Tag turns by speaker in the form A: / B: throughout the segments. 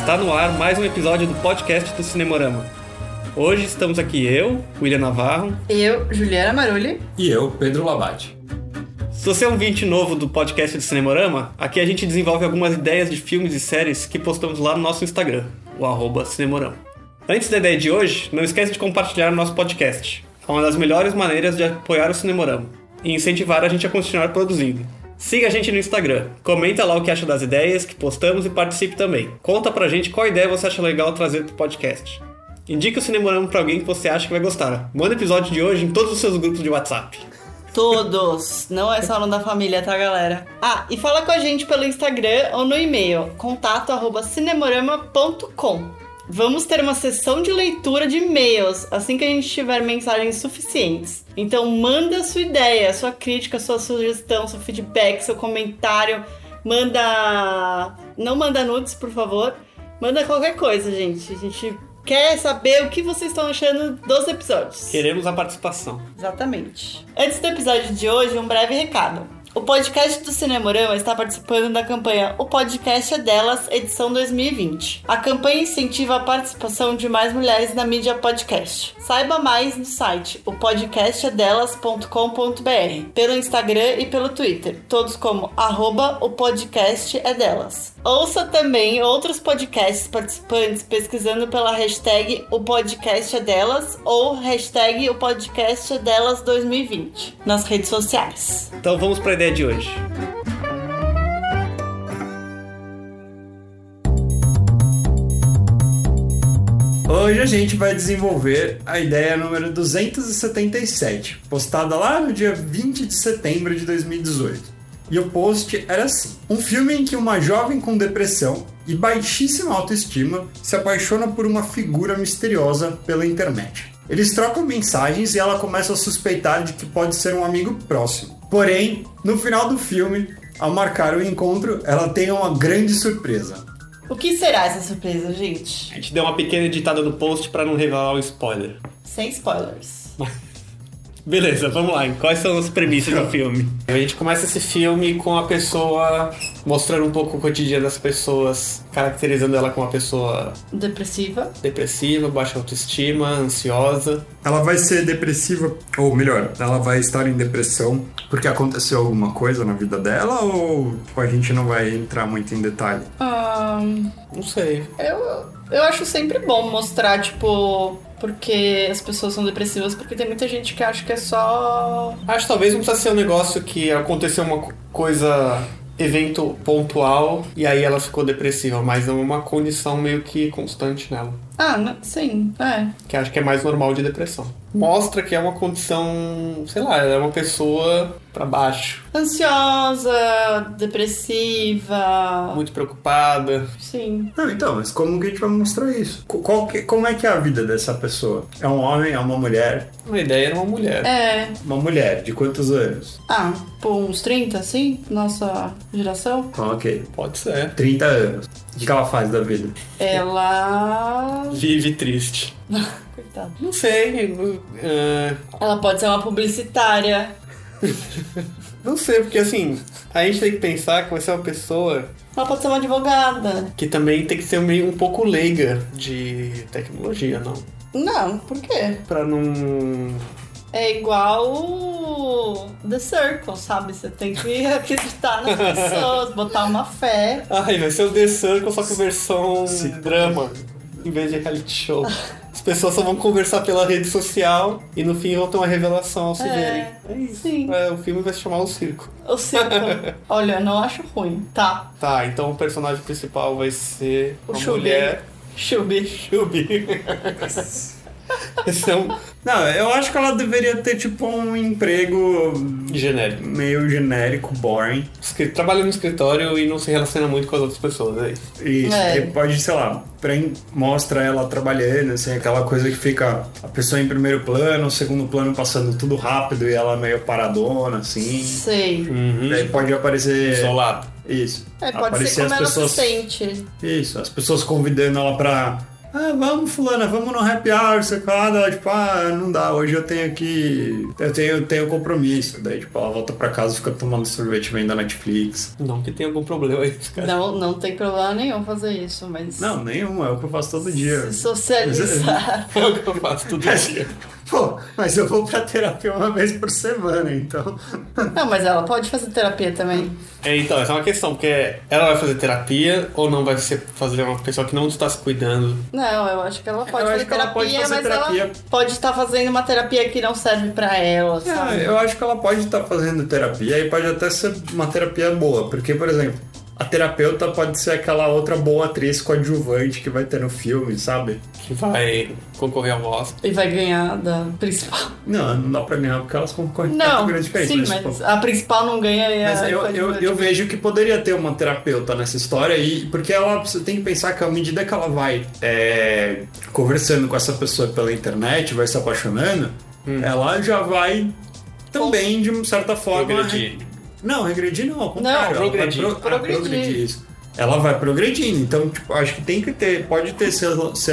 A: Está no ar mais um episódio do podcast do Cinemorama. Hoje estamos aqui eu, William Navarro.
B: Eu, Juliana Marulli.
C: E eu, Pedro Labate.
A: Se você é um vinte novo do podcast do Cinemorama, aqui a gente desenvolve algumas ideias de filmes e séries que postamos lá no nosso Instagram, o arroba Cinemorama. Antes da ideia de hoje, não esquece de compartilhar o nosso podcast. É uma das melhores maneiras de apoiar o Cinemorama e incentivar a gente a continuar produzindo. Siga a gente no Instagram, comenta lá o que acha das ideias que postamos e participe também. Conta pra gente qual ideia você acha legal trazer pro podcast. Indique o Cinemorama pra alguém que você acha que vai gostar. Manda o episódio de hoje em todos os seus grupos de WhatsApp.
B: Todos. Não é só no da família, tá, galera? Ah, e fala com a gente pelo Instagram ou no e-mail, contato arroba cinemorama.com. Vamos ter uma sessão de leitura de e-mails assim que a gente tiver mensagens suficientes. Então manda sua ideia, sua crítica, sua sugestão, seu feedback, seu comentário. Manda. Não manda nudes, por favor. Manda qualquer coisa, gente. A gente quer saber o que vocês estão achando dos episódios.
A: Queremos a participação.
B: Exatamente. Antes do episódio de hoje, um breve recado. O podcast do Cinemorama está participando da campanha O Podcast é Delas, edição 2020. A campanha incentiva a participação de mais mulheres na mídia podcast. Saiba mais no site é opodcastedelas.com.br, pelo Instagram e pelo Twitter, todos como arroba o podcast é delas. Ouça também outros podcasts participantes pesquisando pela hashtag O Podcast é Delas ou hashtag O Podcast é Delas 2020 nas redes sociais.
A: Então vamos pra ideia de hoje.
C: Hoje a gente vai desenvolver a ideia número 277, postada lá no dia 20 de setembro de 2018. E o post era assim: um filme em que uma jovem com depressão e baixíssima autoestima se apaixona por uma figura misteriosa pela internet. Eles trocam mensagens e ela começa a suspeitar de que pode ser um amigo próximo. Porém, no final do filme, ao marcar o encontro, ela tem uma grande surpresa.
B: O que será essa surpresa, gente?
A: A gente deu uma pequena editada no post pra não revelar o spoiler.
B: Sem spoilers.
A: Beleza, vamos lá. Quais são as premissas do filme? A gente começa esse filme com a pessoa mostrando um pouco o cotidiano das pessoas, caracterizando ela como uma pessoa
B: Depressiva?
A: depressiva, baixa autoestima, ansiosa.
C: Ela vai ser depressiva, ou melhor, ela vai estar em depressão porque aconteceu alguma coisa na vida dela, ou a gente não vai entrar muito em detalhe?
A: Não sei.
B: eu, eu acho sempre bom mostrar, tipo, porque as pessoas são depressivas, porque tem muita gente que acha que é só.
A: Acho que talvez não precisa ser um negócio que aconteceu uma co- coisa, evento pontual, e aí ela ficou depressiva, mas é uma condição meio que constante nela.
B: Ah, não- sim, é.
A: que acho que é mais normal de depressão. Mostra que é uma condição, sei lá, ela é uma pessoa pra baixo,
B: Ansiosa, depressiva.
A: muito preocupada.
B: Sim.
C: Não, então, mas como que a gente vai mostrar isso? Co- qual que- como é que é a vida dessa pessoa? É um homem? É uma mulher?
A: Uma ideia era uma mulher.
B: É.
C: Uma mulher, de quantos anos?
B: Ah, por uns 30, assim? Nossa geração?
C: Então, ok.
A: Pode ser.
C: 30 anos. O que que ela faz da vida?
B: Ela.
A: Vive triste.
B: Coitada.
A: Não sei. eu- é,
B: Ela pode ser uma publicitária.
A: não sei, porque assim, a gente tem que pensar que vai ser uma pessoa
B: Ela pode ser uma advogada.
A: que também tem que ser meio um pouco leiga de tecnologia, não.
B: Não, por quê?
A: Pra não.
B: É igual o The Circle, sabe? Você tem que acreditar nas pessoas, botar uma fé.
A: Ai, né? vai ser o The Circle, só que versão
C: Sim.
A: drama, em vez de reality show. As pessoas só vão conversar pela rede social e no fim vão ter uma revelação ao se
B: É,
A: verem. É isso.
B: sim.
A: É, o filme vai se chamar O Circo.
B: O Circle. Olha, não acho ruim, tá?
A: Tá, então o personagem principal vai ser
B: O
A: uma
B: Chubby.
A: mulher.
B: Chubi.
A: Chubby. Esse é um
C: Não, eu acho que ela deveria ter, tipo, um emprego
A: genérico.
C: meio genérico, boring.
A: Escri- Trabalha no escritório e não se relaciona muito com as outras pessoas, é isso.
C: E
B: É.
C: e pode, sei lá, pra, mostra ela trabalhando, assim, aquela coisa que fica a pessoa em primeiro plano, segundo plano passando tudo rápido e ela meio paradona, assim.
B: Sei.
A: Hum.
C: E aí pode aparecer.
A: Isolado.
C: Isso.
B: É, pode ser
C: aparecer
B: como
C: as
B: ela
C: pessoas.
B: se sente.
C: Isso, as pessoas convidando ela pra. Ah, vamos, fulana, vamos no happy hour, sei lá. Daí ela, tipo, ah, não dá, hoje eu tenho que. Eu tenho, tenho compromisso. Daí, tipo, ela volta pra casa, fica tomando sorvete vendo a Netflix.
A: Não que tenha algum problema aí, cara.
B: Não, não tem problema nenhum fazer isso, mas.
C: Não, nenhum, é o que eu faço todo dia.
B: Se socializar.
A: É o que eu faço todo dia.
C: Pô, mas eu vou pra terapia uma vez por semana, então.
B: Não, mas ela pode fazer terapia também.
A: É, então, essa é uma questão, porque ela vai fazer terapia ou não vai ser fazer uma pessoa que não está se cuidando?
B: Não, eu acho que ela pode
C: acho
B: fazer
C: que ela
B: terapia,
C: pode fazer
B: mas ela
C: terapia.
B: pode estar fazendo uma terapia que não serve pra ela, sabe?
C: É, eu acho que ela pode estar fazendo terapia e pode até ser uma terapia boa, porque, por exemplo, a terapeuta pode ser aquela outra boa atriz coadjuvante que vai ter no filme, sabe?
A: Que vai concorrer ao Oscar.
B: E vai ganhar da principal.
C: Não, não dá pra ganhar porque elas concorrem com
B: Não,
C: É um grande diferença.
B: sim,
C: mas, tipo,
B: mas
C: pô,
B: a principal não ganha e é a
C: mas eu, eu, eu vejo que poderia ter uma terapeuta nessa história e porque ela você tem que pensar que à medida que ela vai é, conversando com essa pessoa pela internet, vai se apaixonando, ela já vai também de uma certa forma
A: Progredir.
C: Não, regredir não, ao
B: Não,
C: contrário. ela vai
A: progredir.
C: pro- ah,
B: Progredir.
C: progredir, isso. Ela vai progredindo, então tipo, acho que tem que ter, pode ter esse,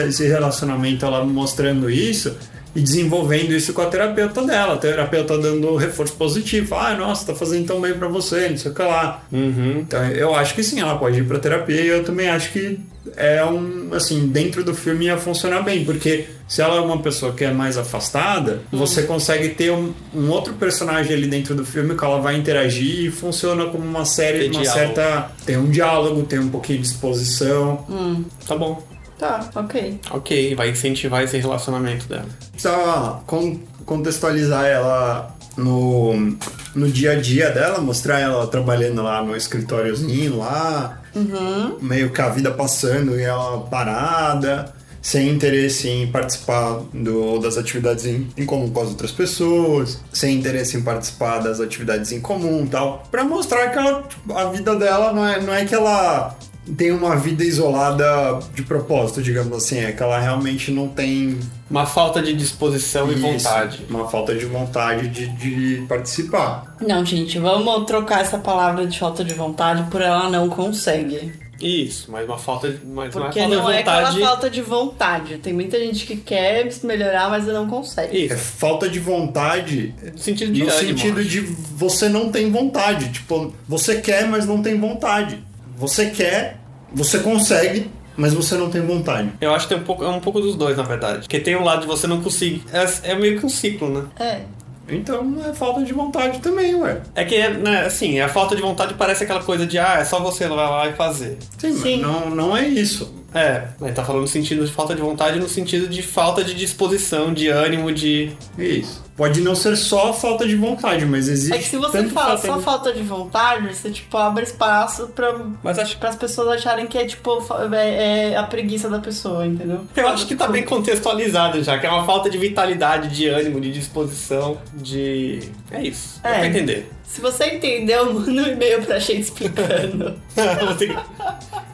C: esse relacionamento ela mostrando isso e desenvolvendo isso com a terapeuta dela, a terapeuta dando reforço positivo, ah, nossa, tá fazendo tão bem pra você, não sei o que lá.
A: Uhum.
C: Então eu acho que sim, ela pode ir pra terapia e eu também acho que é um, assim, dentro do filme ia funcionar bem, porque se ela é uma pessoa que é mais afastada,
A: Uhum.
C: você consegue ter um, um outro personagem ali dentro do filme que ela vai interagir e funciona como uma série,
A: Tem
C: uma
A: diálogo.
C: certa. Tem um diálogo, tem um pouquinho de exposição.
A: Tá bom.
B: Tá, ok.
A: Ok, vai incentivar esse relacionamento dela.
C: Só con- contextualizar ela no, no dia a dia dela, mostrar ela trabalhando lá no escritóriozinho lá,
B: Uhum.
C: meio que a vida passando e ela parada, sem interesse em participar do, das atividades em, em comum com as outras pessoas, sem interesse em participar das atividades em comum e tal, pra mostrar que ela, tipo, a vida dela não é, não é que ela tem uma vida isolada de propósito, digamos assim, é que ela realmente não tem
A: Uma falta de disposição e
C: isso,
A: vontade.
C: Uma falta de vontade de, de participar.
B: Não, gente, vamos trocar essa palavra de falta de vontade por ela não consegue.
A: Isso, mas uma falta de. Mas não é
B: Porque
A: falta
B: não
A: de
B: é aquela
A: vontade.
B: falta de vontade. Tem muita gente que quer se melhorar, mas não consegue.
C: É
A: Isso.
C: falta de vontade
A: No sentido de
C: no
A: ânimo,
C: sentido de você não tem vontade. Tipo, você quer, mas não tem vontade. Você quer, você consegue, mas você não tem vontade.
A: Eu acho que tem um pouco, é um pouco dos dois, na verdade. Porque tem um lado de você não conseguir. É, é meio que um ciclo, né?
B: É.
C: Então é falta de vontade também, ué.
A: É que, né, assim, a falta de vontade parece aquela coisa de, ah, é só você vai lá e fazer.
C: Sim,
B: Sim.
C: mas não, não é isso.
A: É, ele tá falando no sentido de falta de vontade, no sentido de falta de disposição, de ânimo, de.
C: É isso. Pode não ser só falta de vontade, mas existe.
B: É que se você
C: tanto
B: fala
C: falta
B: só
C: de-
B: falta de vontade, você, tipo, abre espaço pra
A: Mas acho
B: para as pessoas acharem que é tipo fa- é, é a preguiça da pessoa, entendeu? Tipo,
A: eu acho que tá bem contextualizado já, que é uma falta de vitalidade, de ânimo, de disposição, de. É isso. Dá
B: É.
A: pra entender.
B: Se você entendeu, manda um e-mail pra gente explicando.
A: Você-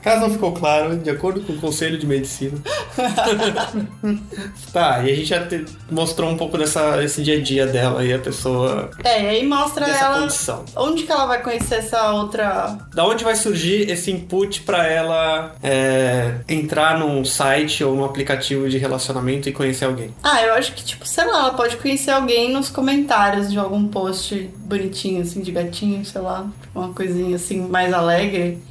A: Caso não ficou claro, de acordo com o Conselho de Medicina. tá, e a gente já te- mostrou um pouco dessa, desse dia a dia dela e a pessoa
B: é, e aí mostra
A: dessa
B: ela
A: condição.
B: onde que ela vai conhecer essa outra.
A: Da onde vai surgir esse input pra ela é, entrar num site ou num aplicativo de relacionamento e conhecer alguém?
B: Ah, eu acho que, tipo, sei lá, ela pode conhecer alguém nos comentários de algum post bonitinho, assim, de gatinho, sei lá, uma coisinha assim mais alegre.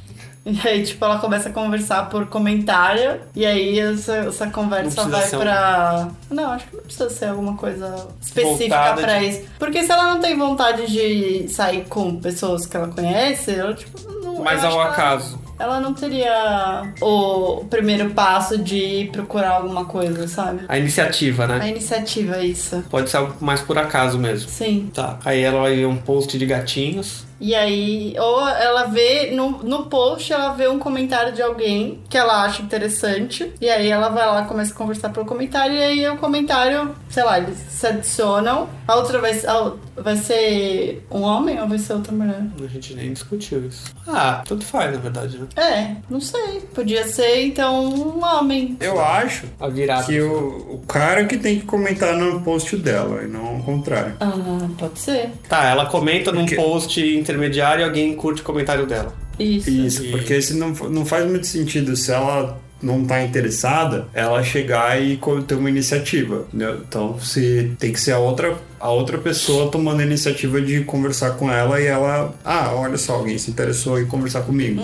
B: E aí, tipo, ela começa a conversar por comentário, e aí essa, essa conversa
A: precisa
B: vai
A: ser um-
B: pra. Não, acho que não precisa ser alguma coisa específica
A: Voltada
B: pra isso. Porque se ela não tem vontade de sair com pessoas que ela conhece, ela, tipo, não.
A: Mas
B: eu
A: ao
B: acho que ela-
A: acaso.
B: Ela não teria o primeiro passo de procurar alguma coisa, sabe?
A: A iniciativa, né?
B: A iniciativa é isso.
A: Pode ser algo mais por acaso mesmo.
B: Sim.
A: Tá. Aí ela vai ver um post de gatinhos.
B: E aí, ou ela vê no, no post, ela vê um comentário de alguém que ela acha interessante. E aí ela vai lá, começa a conversar pelo comentário, e aí o comentário, sei lá, eles se adicionam. A outra vai, a- vai ser um homem ou vai ser outra mulher?
A: A gente nem discutiu isso. Ah, tanto faz, na verdade, né?
B: É, não sei. Podia ser então um homem.
C: Eu acho
A: A virada.
C: que o, o cara que tem que comentar no post dela e não ao contrário.
B: Ah, pode ser.
A: Tá, ela comenta num
C: Porque-
A: post intermediário e alguém curte o comentário dela.
B: Isso.
C: Isso,
A: E-
C: porque se não, não faz muito sentido se ela não tá interessada, ela chegar e co- ter uma iniciativa. né? Então se tem que ser a outra, a outra pessoa tomando a iniciativa de conversar com ela e ela, ah, olha só, alguém se interessou em conversar comigo.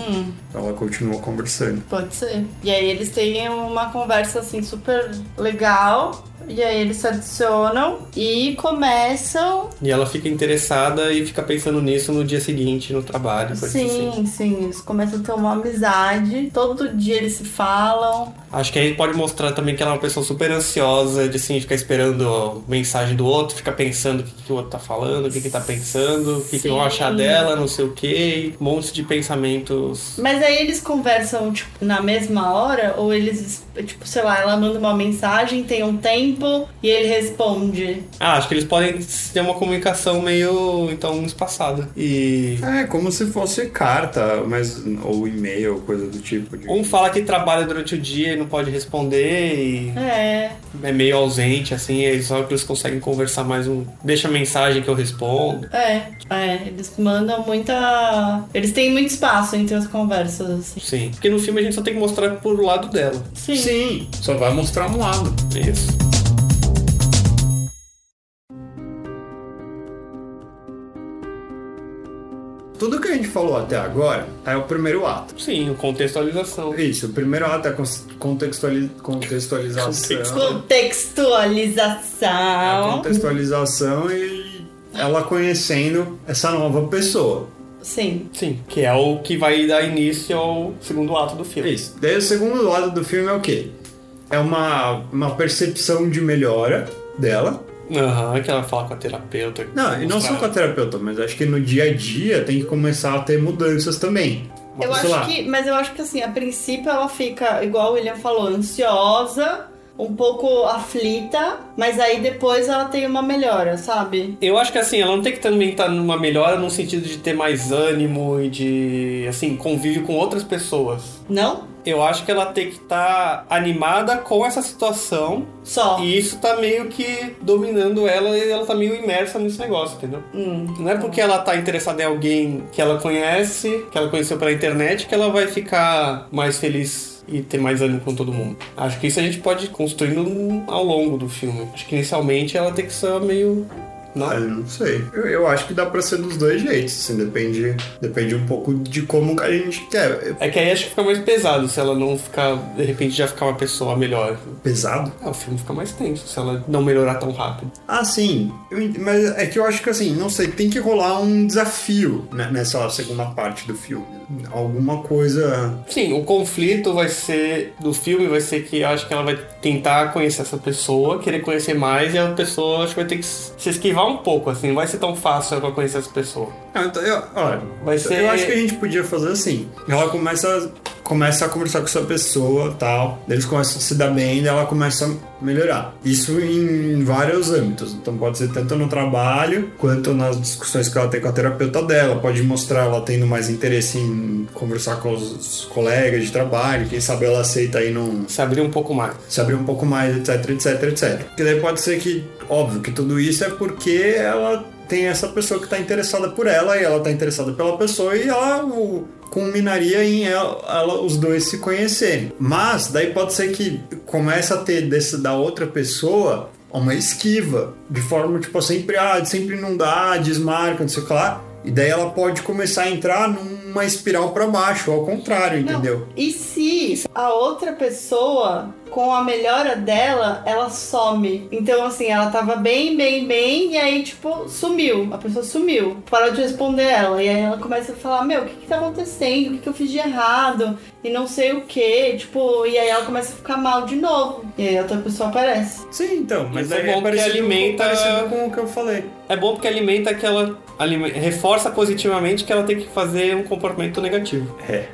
C: Ela continua conversando.
B: Pode ser. E aí eles têm uma conversa assim super legal. E aí eles se adicionam e começam.
A: E ela fica interessada e fica pensando nisso no dia seguinte, no trabalho, coisas
B: sim,
A: assim.
B: sim, eles começam a ter uma amizade. Todo dia eles se falam.
A: Acho que aí pode mostrar também que ela é uma pessoa super ansiosa, de assim, ficar esperando mensagem do outro, fica pensando o que, que o outro tá falando, o que, que tá pensando, o que, que vão
B: Sim.
A: achar dela, não sei o quê. Um monte de pensamentos.
B: Mas aí eles conversam, tipo, na mesma hora, ou eles, tipo, sei lá, ela manda uma mensagem, tem um tempo, e ele responde.
A: Ah, acho que eles podem ter uma comunicação meio, então, espaçada. E.
C: É, como se fosse carta, mas ou e-mail, coisa do tipo. de-
A: Um fala que trabalha durante o dia e não pode responder e
B: É.
A: é meio ausente, assim, e só que eles conseguem conversar mais um. Deixa mensagem que eu respondo.
B: É, é, eles mandam muita. Eles têm muito espaço entre as conversas, assim.
A: Sim. Porque no filme a gente só tem que mostrar por lado dela. é
B: Sim.
C: Sim, só vai mostrar um lado.
A: Isso.
C: Tudo que a gente falou até agora é o primeiro ato.
A: Sim, contextualização.
C: Isso, o primeiro ato é cons- contextuali contextualização. É A
B: Contextualização.
C: contextualização e ela conhecendo essa nova pessoa.
B: Sim.
A: Sim, que é o que vai dar início ao segundo ato do filme.
C: Isso. Daí o segundo lado do filme é o quê? É uma, uma percepção de melhora dela.
A: Aham, que ela fala com a terapeuta.
C: Não, e não só com a terapeuta, mas acho que no dia a dia tem que começar a ter mudanças também.
B: Eu
C: Sei
B: acho
C: lá.
B: que. Mas eu acho que assim, a princípio ela fica, igual o William falou, ansiosa, um pouco aflita, mas aí depois ela tem uma melhora, sabe?
A: Eu acho que assim, ela não tem que também estar numa melhora no sentido de ter mais ânimo e de, assim, convívio com outras pessoas.
B: Não?
A: Eu acho que ela tem que estar animada com essa situação
B: Só.
A: e isso tá meio que dominando ela e ela tá meio imersa nesse negócio, entendeu?
B: Hum.
A: Não é porque ela tá interessada em alguém que ela conhece, que ela conheceu pela internet, que ela vai ficar mais feliz e ter mais ânimo com todo mundo. Acho que isso a gente pode ir construindo ao longo do filme. Acho que inicialmente ela tem que ser meio. Não?
C: Ah, eu não sei. Eu, eu acho que dá pra ser dos dois jeitos, assim, depende, depende um pouco de como que a gente quer.
A: É que aí acho que fica mais pesado se ela não ficar, de repente, já ficar uma pessoa melhor.
C: É pesado?
A: Ah, o filme fica mais tenso se ela não melhorar tão rápido.
C: Ah, sim. Eu ent- mas é que eu acho que assim, não sei, tem que rolar um desafio né, nessa segunda parte do filme. Alguma coisa.
A: Sim, o conflito vai ser do filme vai ser que eu acho que ela vai tentar conhecer essa pessoa, querer conhecer mais e a pessoa acho que vai ter que se esquivar um pouco, assim, não vai ser tão fácil ela conhecer essa pessoa.
C: Ah, então, eu, olha,
A: Vai ser
C: eu acho que a gente podia fazer assim. Ela começa, começa a conversar com essa pessoa tal. Eles começam a se dar bem e ela começa a melhorar. Isso em vários âmbitos. Então pode ser tanto no trabalho quanto nas discussões que ela tem com a terapeuta dela. Pode mostrar ela tendo mais interesse em conversar com os colegas de trabalho. Quem sabe ela aceita aí num,
A: se abrir um pouco mais.
C: se abrir um pouco mais, etc, etc, etc. Porque daí pode ser que, óbvio, que tudo isso é porque ela tem essa pessoa que tá interessada por ela e ela tá interessada pela pessoa e ela o, culminaria em ela, ela- os dois se conhecerem. Mas daí pode ser que começa a ter desse da outra pessoa uma esquiva, de forma tipo sempre, ah, sempre não dá, desmarca, não sei o que lá. E daí ela pode começar a entrar numa espiral pra baixo, ao contrário,
B: Não.
C: entendeu?
B: E se a outra pessoa, com a melhora dela, ela some? Então, assim, ela tava bem, bem, bem, e aí, tipo, sumiu. A pessoa sumiu. Parou de responder ela. E aí ela começa a falar: Meu, o que que tá acontecendo? O que que eu fiz de errado? E não sei o que. Tipo, e aí ela começa a ficar mal de novo. E aí a outra pessoa aparece.
C: Sim, então, mas
A: Isso
C: daí
A: é bom
C: é
A: que
C: parecido, com-
A: alimenta-
C: parecido com o que eu falei.
A: É bom porque alimenta aquela alime- reforça positivamente que ela tem que fazer um comportamento negativo.
B: É.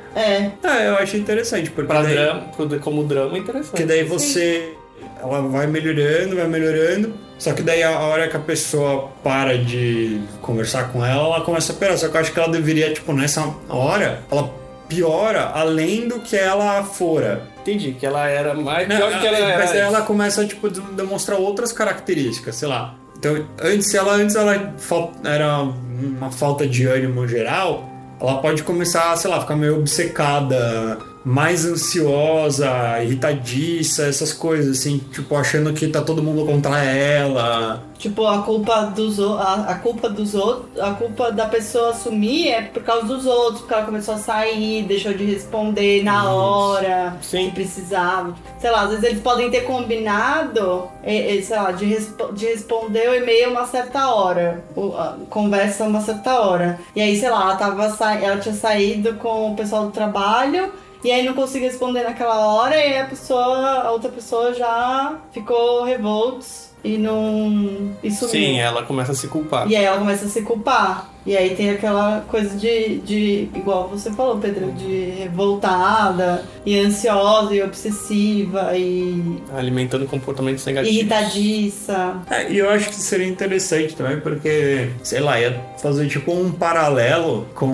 C: Ah, eu acho interessante, porque
A: Para
C: daí,
A: drama, pro- como drama é
C: porque
A: interessante.
C: daí você. Ela vai melhorando, vai melhorando. Só que daí a hora que a pessoa para de conversar com ela, ela começa a piorar. Só que eu acho que ela deveria, tipo, nessa hora, ela piora além do que ela fora.
A: Entendi que ela era mais
C: Não,
A: pior que ela era.
C: mas daí ela
A: antes.
C: começa tipo de- demonstrar outras características, sei lá. Então, antes ela antes ela fal- era uma falta de ânimo geral, ela pode começar, sei lá, ficar meio obcecada mais ansiosa, irritadiça, essas coisas, assim, tipo, achando que tá todo mundo contra ela.
B: Tipo, a culpa dos o- a, a culpa dos outros, a culpa da pessoa sumir é por causa dos outros, porque ela começou a sair, deixou de responder na
C: Isso.
B: hora,
A: Sim.
B: que precisava. Sei lá, às vezes eles podem ter combinado, eh, eh, sei lá, de, respo- de responder o e-mail uma certa hora, o- a conversa uma certa hora. E aí, sei lá, ela tava sa- ela tinha saído com o pessoal do trabalho, e aí não consigo responder naquela hora e a pessoa, a outra pessoa já ficou revolts e não e sumiu.
A: Sim, ela começa a se
C: Tá.
A: culpar.
B: E aí ela começa a se culpar. E aí tem aquela coisa de, de igual você falou, Pedro, de revoltada e ansiosa e obsessiva e
A: Alimentando comportamentos negativos.
B: irritadiça.
C: É, e eu acho que seria interessante também, porque, sei lá, ia fazer tipo um paralelo com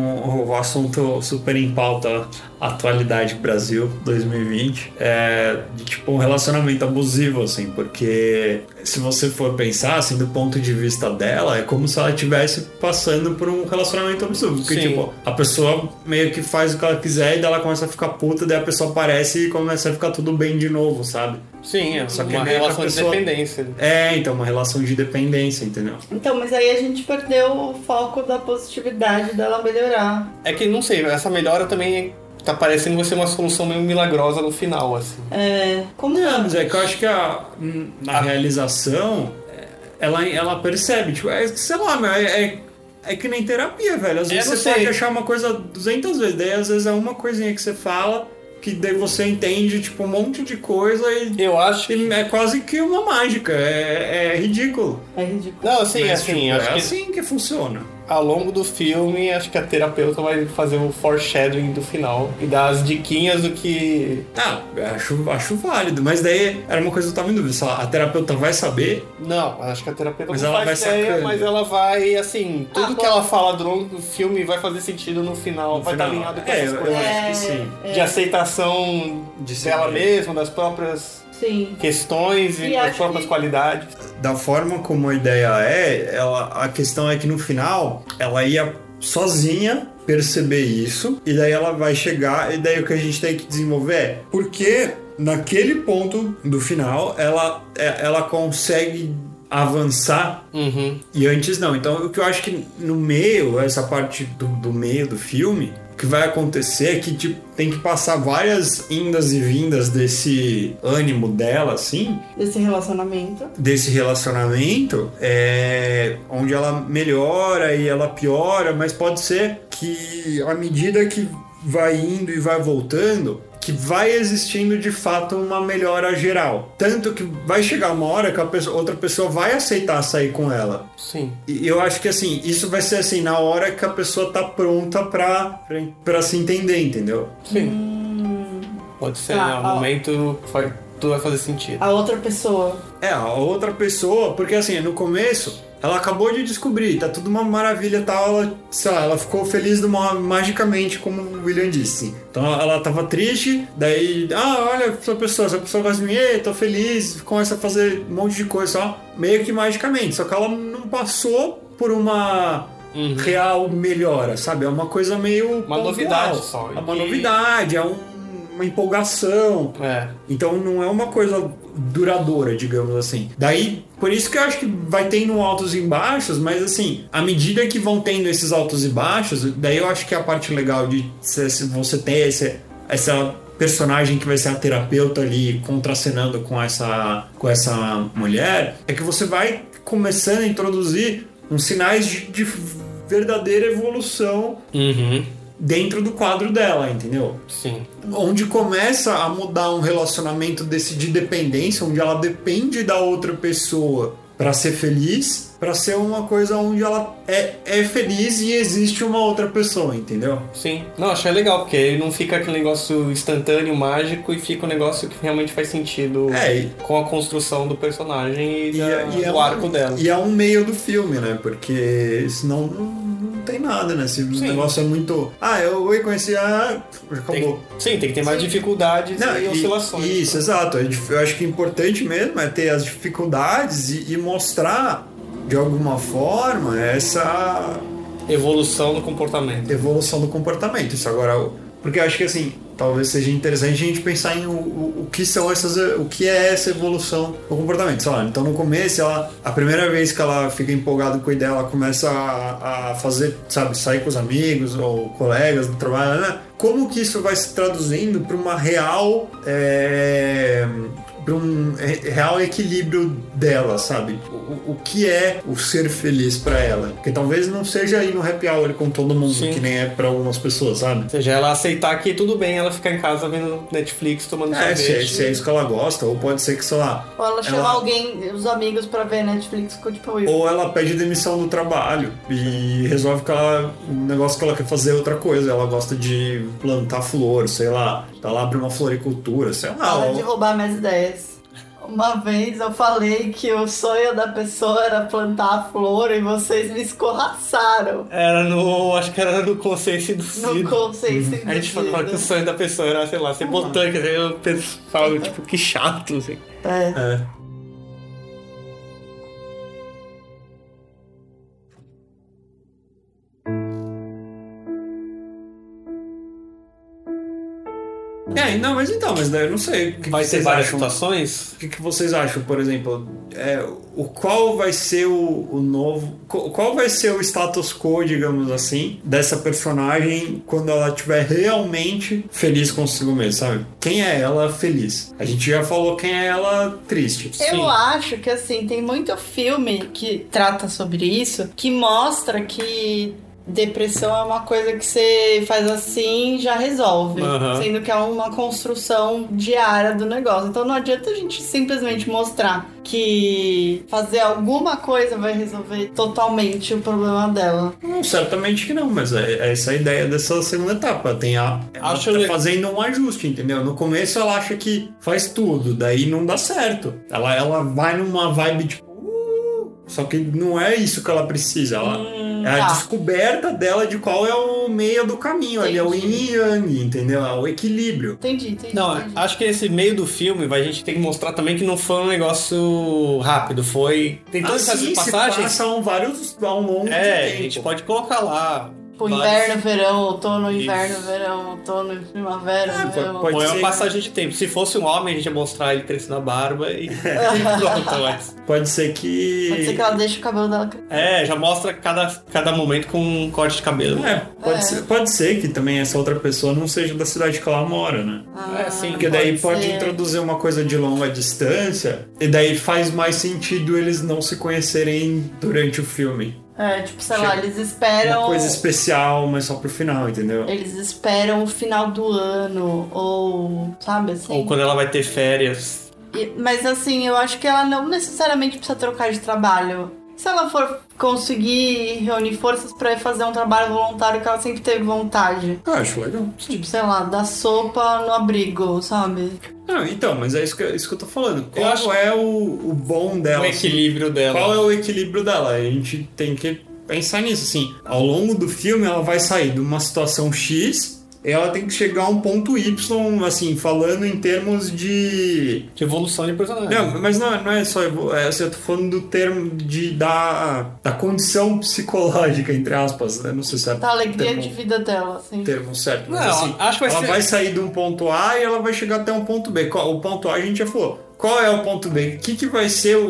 C: o assunto super em pauta, atualidade Brasil 2020, é, de tipo um relacionamento abusivo, assim, porque se você for pensar, assim, do ponto de vista dela, é como se ela estivesse passando por um relacionamento abusivo, porque,
A: Sim.
C: tipo, a pessoa meio que faz o que ela quiser e daí ela começa a ficar puta, daí a pessoa aparece e começa a ficar tudo bem de novo, sabe?
A: Sim, é
C: Só que
A: uma
C: meio que a
A: relação
C: pessoa-
A: de dependência.
C: É, então, uma relação de dependência, entendeu?
B: Então, mas aí a gente perdeu o foco da positividade dela melhorar.
A: É que, não sei, essa melhora também tá parecendo vai ser uma solução meio milagrosa no final, assim.
B: É, como
C: Não, mas é que eu acho que a, na
A: A-
C: realização, é, ela, ela percebe, tipo, é, sei lá, meu, é, é, é que nem terapia, velho. Às
A: É,
C: vezes
A: não
C: você
A: sei.
C: pode achar uma coisa 200 vezes, daí às vezes é uma coisinha que você fala, que daí você entende, tipo, um monte de coisa e,
A: Eu acho que.
C: e é quase que uma mágica, é, é ridículo.
B: é ridículo.
A: Não, assim,
C: Mas,
A: assim,
C: tipo,
A: acho
C: é
A: que
C: assim que funciona.
A: ao longo do filme, acho que a terapeuta vai fazer o foreshadowing do final e dar as diquinhas do que.
C: Ah, acho, acho válido, mas daí era uma coisa que eu tava em dúvida, sei lá, a terapeuta vai saber
A: Não, acho que a terapeuta
C: Mas
A: não
C: ela
A: faz
C: vai
A: ideia,
C: sacando.
A: mas ela vai, assim, tudo
B: Ah,
A: que
B: bom.
A: ela fala do longo do filme vai fazer sentido no final,
C: No
A: vai estar
C: final.
A: alinhado com
C: É,
A: essas
C: eu- eu
A: coisas.
C: acho que sim.
B: É,
A: De aceitação
C: De si
A: dela
C: mesma.
A: mesma, das próprias
B: Sim.
A: questões e,
B: E
A: das
B: acho
A: próprias
B: que-
A: qualidades.
C: da forma como a ideia é, ela, a questão é que no final ela ia sozinha perceber isso e daí ela vai chegar e daí o que a gente tem que desenvolver é porque naquele ponto do final ela, é- ela consegue avançar
A: Uhum.
C: e antes não. Então, o que eu acho que no meio, essa parte do, do meio do filme, o que vai acontecer é que tipo, tem que passar várias indas e vindas desse ânimo dela, assim,
B: Desse relacionamento.
C: desse relacionamento é onde ela melhora e ela piora, mas pode ser que à medida que vai indo e vai voltando, que vai existindo de fato uma melhora geral. Tanto que vai chegar uma hora que a pessoa- outra pessoa vai aceitar sair com ela.
A: Sim.
C: E eu acho que assim, isso vai ser assim na hora que a pessoa tá pronta pra, pra se entender, entendeu?
A: Sim. Pode ser,
B: Tá,
A: né? O
B: ó.
A: momento vai- tudo vai fazer sentido.
B: A outra pessoa.
C: É, a outra pessoa, porque assim, no começo, ela acabou de descobrir, tá tudo uma maravilha e tal, ela, sei lá, ela ficou feliz de uma- magicamente, como o William disse. Então ela- ela tava triste, daí, ah, olha essa pessoa, essa pessoa gosta de mim, ei, tô feliz, começa a fazer um monte de coisa, ó, meio que magicamente, só que ela não passou por uma
A: Uhum.
C: real melhora, sabe? É uma coisa meio.
A: Uma
C: pontual.
A: novidade só, e
C: É uma
A: que-
C: novidade, é um- uma empolgação.
A: É.
C: Então não é uma coisa duradoura, digamos assim. Daí, por isso que eu acho que vai tendo altos e baixos, mas assim, à medida que vão tendo esses altos e baixos, daí eu acho que é a parte legal de se se você ter esse, essa personagem que vai ser a terapeuta ali contracenando com essa, com essa mulher, é que você vai começando a introduzir uns sinais de, de verdadeira evolução
A: Uhum.
C: dentro do quadro dela, entendeu?
A: Sim.
C: onde começa a mudar um relacionamento desse de dependência, onde ela depende da outra pessoa pra ser feliz, pra ser uma coisa onde ela é, é feliz e existe uma outra pessoa, entendeu?
A: Sim. Não, achei legal, porque aí não fica aquele negócio instantâneo, mágico, e fica um negócio que realmente faz sentido
C: É, e,
A: com a construção do personagem e,
C: E
A: da-
C: é- e é
A: do
C: um-
A: arco dela.
C: e é um meio do filme, né? Porque senão não, não tem nada, né? Se o
A: Sim.
C: negócio é muito. Ah, eu oi, conheci a.
A: Tem-
C: Acabou.
A: sim, tem que ter mais dificuldades
C: Não,
A: e, oscilações. né?
C: Isso, exato. É dif- Eu acho que o importante mesmo é ter as dificuldades e, e mostrar, de alguma forma, essa
A: Evolução do comportamento.
C: evolução do comportamento. Isso agora, o- Porque eu acho que assim, talvez seja interessante a gente pensar em o, o, o que são essas. o que é essa evolução do comportamento. Sei lá, então no começo, ela, a primeira vez que ela fica empolgada com a ideia, ela começa a, a fazer, sabe, sair com os amigos ou colegas do trabalho, né? Como que isso vai se traduzindo para uma real. é, para um re- real equilíbrio dela, sabe? O, o- o que é o ser feliz para ela? Porque talvez não seja ir no happy hour com todo mundo,
A: Sim.
C: que nem é para algumas pessoas, sabe?
A: Ou seja, ela aceitar que tudo bem ela ficar em casa vendo Netflix, tomando
C: É, se é,
A: sorvete.
C: se é isso que ela gosta, ou pode ser que, sei lá,
B: Ou ela chama
C: Ela-
B: alguém, os amigos, pra ver Netflix com tipo eu.
C: ou ela pede demissão do trabalho e resolve que ela, um negócio que ela quer fazer é outra coisa, ela gosta de plantar flor, sei lá, tá lá pra uma floricultura, sei lá.
B: Para
A: é
C: ou-
B: de roubar minhas ideias. Uma vez eu falei que o sonho da pessoa era plantar a flor e vocês me escorraçaram
A: Era no. Acho que era no Consciência do
B: no
A: Cido.
B: conceito
A: A gente falava que o sonho da pessoa era, sei lá, ser botânica. Aí eu pensava, tipo, que chato, assim.
B: É.
C: É. É, não, mas então, mas daí eu não sei. O que
A: Vai
C: que
A: ter
C: vocês
A: várias
C: acham?
A: situações?
C: O que, que vocês acham, por exemplo? é, o qual vai ser o, o novo. co- Qual vai ser o status quo, digamos assim, dessa personagem quando ela estiver realmente feliz consigo mesma, sabe? Quem é ela feliz? A gente já falou quem é ela triste.
A: Sim.
B: Eu acho que assim, tem muito filme que trata sobre isso, que mostra que depressão é uma coisa que você faz assim e já resolve.
A: Aham.
B: Sendo que é uma construção diária do negócio. Então não adianta a gente simplesmente mostrar que fazer alguma coisa vai resolver totalmente o problema dela.
C: Não, Hum, certamente que não, mas é, é essa a ideia dessa segunda etapa. Tem a. Ela
A: Acho
C: tá
A: le-
C: fazendo um ajuste, entendeu? No começo ela acha que faz tudo, daí não dá certo. Ela, ela vai numa vibe tipo. "Uh", Só que não é isso que ela precisa. Ela,
B: Hum,
C: É a
B: tá.
C: descoberta dela de qual é o meio do caminho ali, é o yin
B: Entendi.
C: e yang, entendeu? É o equilíbrio.
B: Entendi, entendi.
A: Não,
B: entendi.
A: acho que esse meio do filme vai- a gente tem que mostrar também que não foi um negócio rápido. Foi. Tem todas
C: Assim
A: Então, essas
C: se
A: passagens.
C: passam vários ao
A: É,
C: longo do
A: a
C: tempo.
A: gente pode colocar lá.
B: Tipo,
A: vários-
B: inverno, verão, outono,
A: Isso.
B: inverno, verão, outono, primavera,
C: É, pode-
B: verão.
C: pode
A: Ou é uma
C: ser.
A: passagem de tempo. Se fosse um homem, a gente ia mostrar ele crescendo a barba e, e pronto. Mas...
C: Pode ser que.
B: Pode ser que ela deixe o cabelo dela crescer.
A: É, já mostra cada, cada momento com um corte de cabelo.
C: É, pode,
B: É.
C: Ser, pode ser que também essa outra pessoa não seja da cidade que ela mora, né?
B: Ah,
A: É, sim.
C: Porque daí pode,
B: ser.
C: introduzir uma coisa de longa distância, e daí faz mais sentido eles não se conhecerem durante o filme.
B: É, tipo, sei
C: Chega.
B: lá, eles esperam.
C: Uma coisa especial, mas só pro final, entendeu?
B: Eles esperam o final do ano, ou. Sabe assim?
A: Ou quando ela vai ter férias.
B: E- mas assim, eu acho que ela não necessariamente precisa trocar de trabalho. Se ela for conseguir reunir forças pra ir fazer um trabalho voluntário que ela sempre teve vontade.
C: Ah, acho legal.
B: Tipo, sei lá, dar sopa no abrigo, sabe? Tipo,
C: Não, então, mas é isso que, isso que eu tô falando. Qual
A: acho-
C: é o, o bom dela?
A: o
C: assim?
A: equilíbrio dela.
C: Qual é o equilíbrio dela? A gente tem que pensar nisso, assim. Ao longo do filme, ela vai sair de uma situação X e ela tem que chegar a um ponto Y, assim, falando em termos de...
A: De evolução de personagem.
C: Não, mas não, não é só... evo- É, assim, eu tô falando do termo de, da, da condição psicológica, entre aspas. né? Não sei se é
B: Da alegria
C: termo,
B: de vida dela, assim.
C: termo certo. Mas,
A: Não,
C: assim,
A: acho que vai
C: ela
A: ser-
C: vai sair de um ponto A e ela vai chegar até um ponto B. Qual- O ponto A a gente já falou. Qual é o ponto B? O que, que vai ser o, o-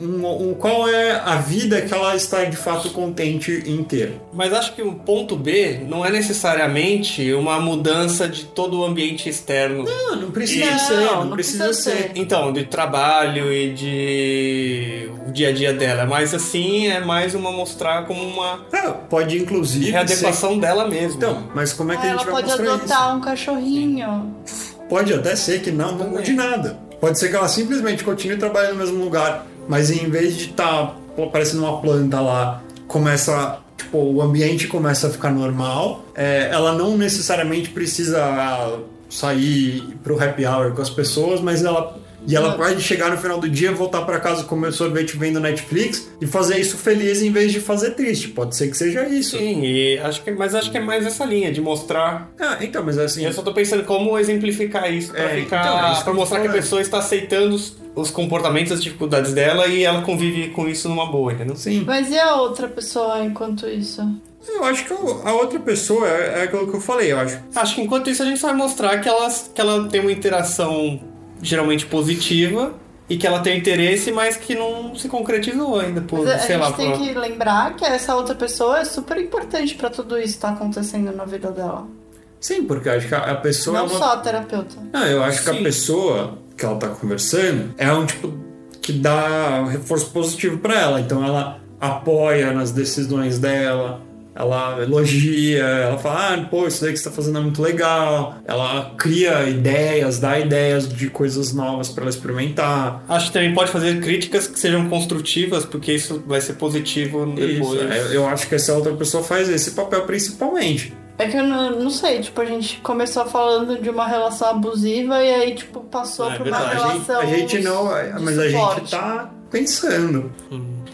C: o- um- um- Qual é a vida que ela está de fato contente em ter?
A: Mas acho que o ponto B não é necessariamente uma mudança de todo o ambiente externo.
C: Não, não precisa
B: Não,
C: ser. Não,
B: não
C: precisa,
B: precisa
C: ser.
B: ser.
A: Então, de trabalho e de o dia a dia dela. Mas assim, é mais uma mostrar como uma
C: É, pode inclusive. Ser...
A: readequação dela mesma.
C: Então, mas como é que
B: Ah,
C: a
B: ela
C: gente vai
B: pode
C: mostrar
B: adotar um cachorrinho.
C: isso? Pode até ser que não, não mude nada. Pode ser que ela simplesmente continue trabalhando no mesmo lugar, mas em vez de estar parecendo uma planta lá, começa. Tipo, o ambiente começa a ficar normal. É, ela não necessariamente precisa ah, sair pro happy hour com as pessoas, mas ela. E ela
B: Não.
C: pode chegar no final do dia, voltar pra casa comer sorvete vendo Netflix e fazer isso feliz em vez de fazer triste. Pode ser que seja isso.
A: Sim, e acho que, mas acho que é mais essa linha de mostrar.
C: Ah, então, mas assim.
A: Eu só tô pensando como exemplificar isso pra,
C: É,
A: ficar,
C: então, é isso que
A: pra
C: eu tô
A: mostrar que a
C: falando.
A: pessoa está aceitando os, os comportamentos, as dificuldades dela e ela convive com isso numa boa, entendeu?
C: Sim.
B: Mas e a outra pessoa enquanto isso?
C: Eu acho que eu- a outra pessoa é, é aquilo que eu falei, eu acho.
A: Acho que enquanto isso a gente vai mostrar que ela, que ela tem uma interação geralmente positiva e que ela tem interesse, mas que não se concretizou ainda, por,
C: Tipo,
B: Mas é, a- a
A: sei
B: gente
A: lá,
B: tem
A: por-
B: que lembrar que essa outra pessoa é super importante pra tudo isso que tá acontecendo na vida dela.
C: Sim, porque eu acho que a, a pessoa é
B: Não
C: uma
B: só a terapeuta.
C: Não, eu acho que
A: Sim.
C: a pessoa que ela tá conversando é um tipo que dá um reforço positivo pra ela. Então ela apoia nas decisões dela, ela elogia, ela fala, ah, pô, isso daí que você tá fazendo é muito legal. Ela cria ideias, dá ideias de coisas novas pra ela experimentar.
A: Acho que também pode fazer críticas que sejam construtivas, porque isso vai ser positivo
C: Isso, é,
A: depois.
C: eu- eu acho que essa outra pessoa faz esse papel principalmente.
B: É que eu não, não sei, tipo, a gente começou falando de uma relação abusiva e aí, tipo, passou
A: É
B: pra uma
A: verdade.
C: A gente,
B: relação.
C: a gente não. é, ah,
B: de
C: Mas a gente
B: suporte.
C: tá pensando.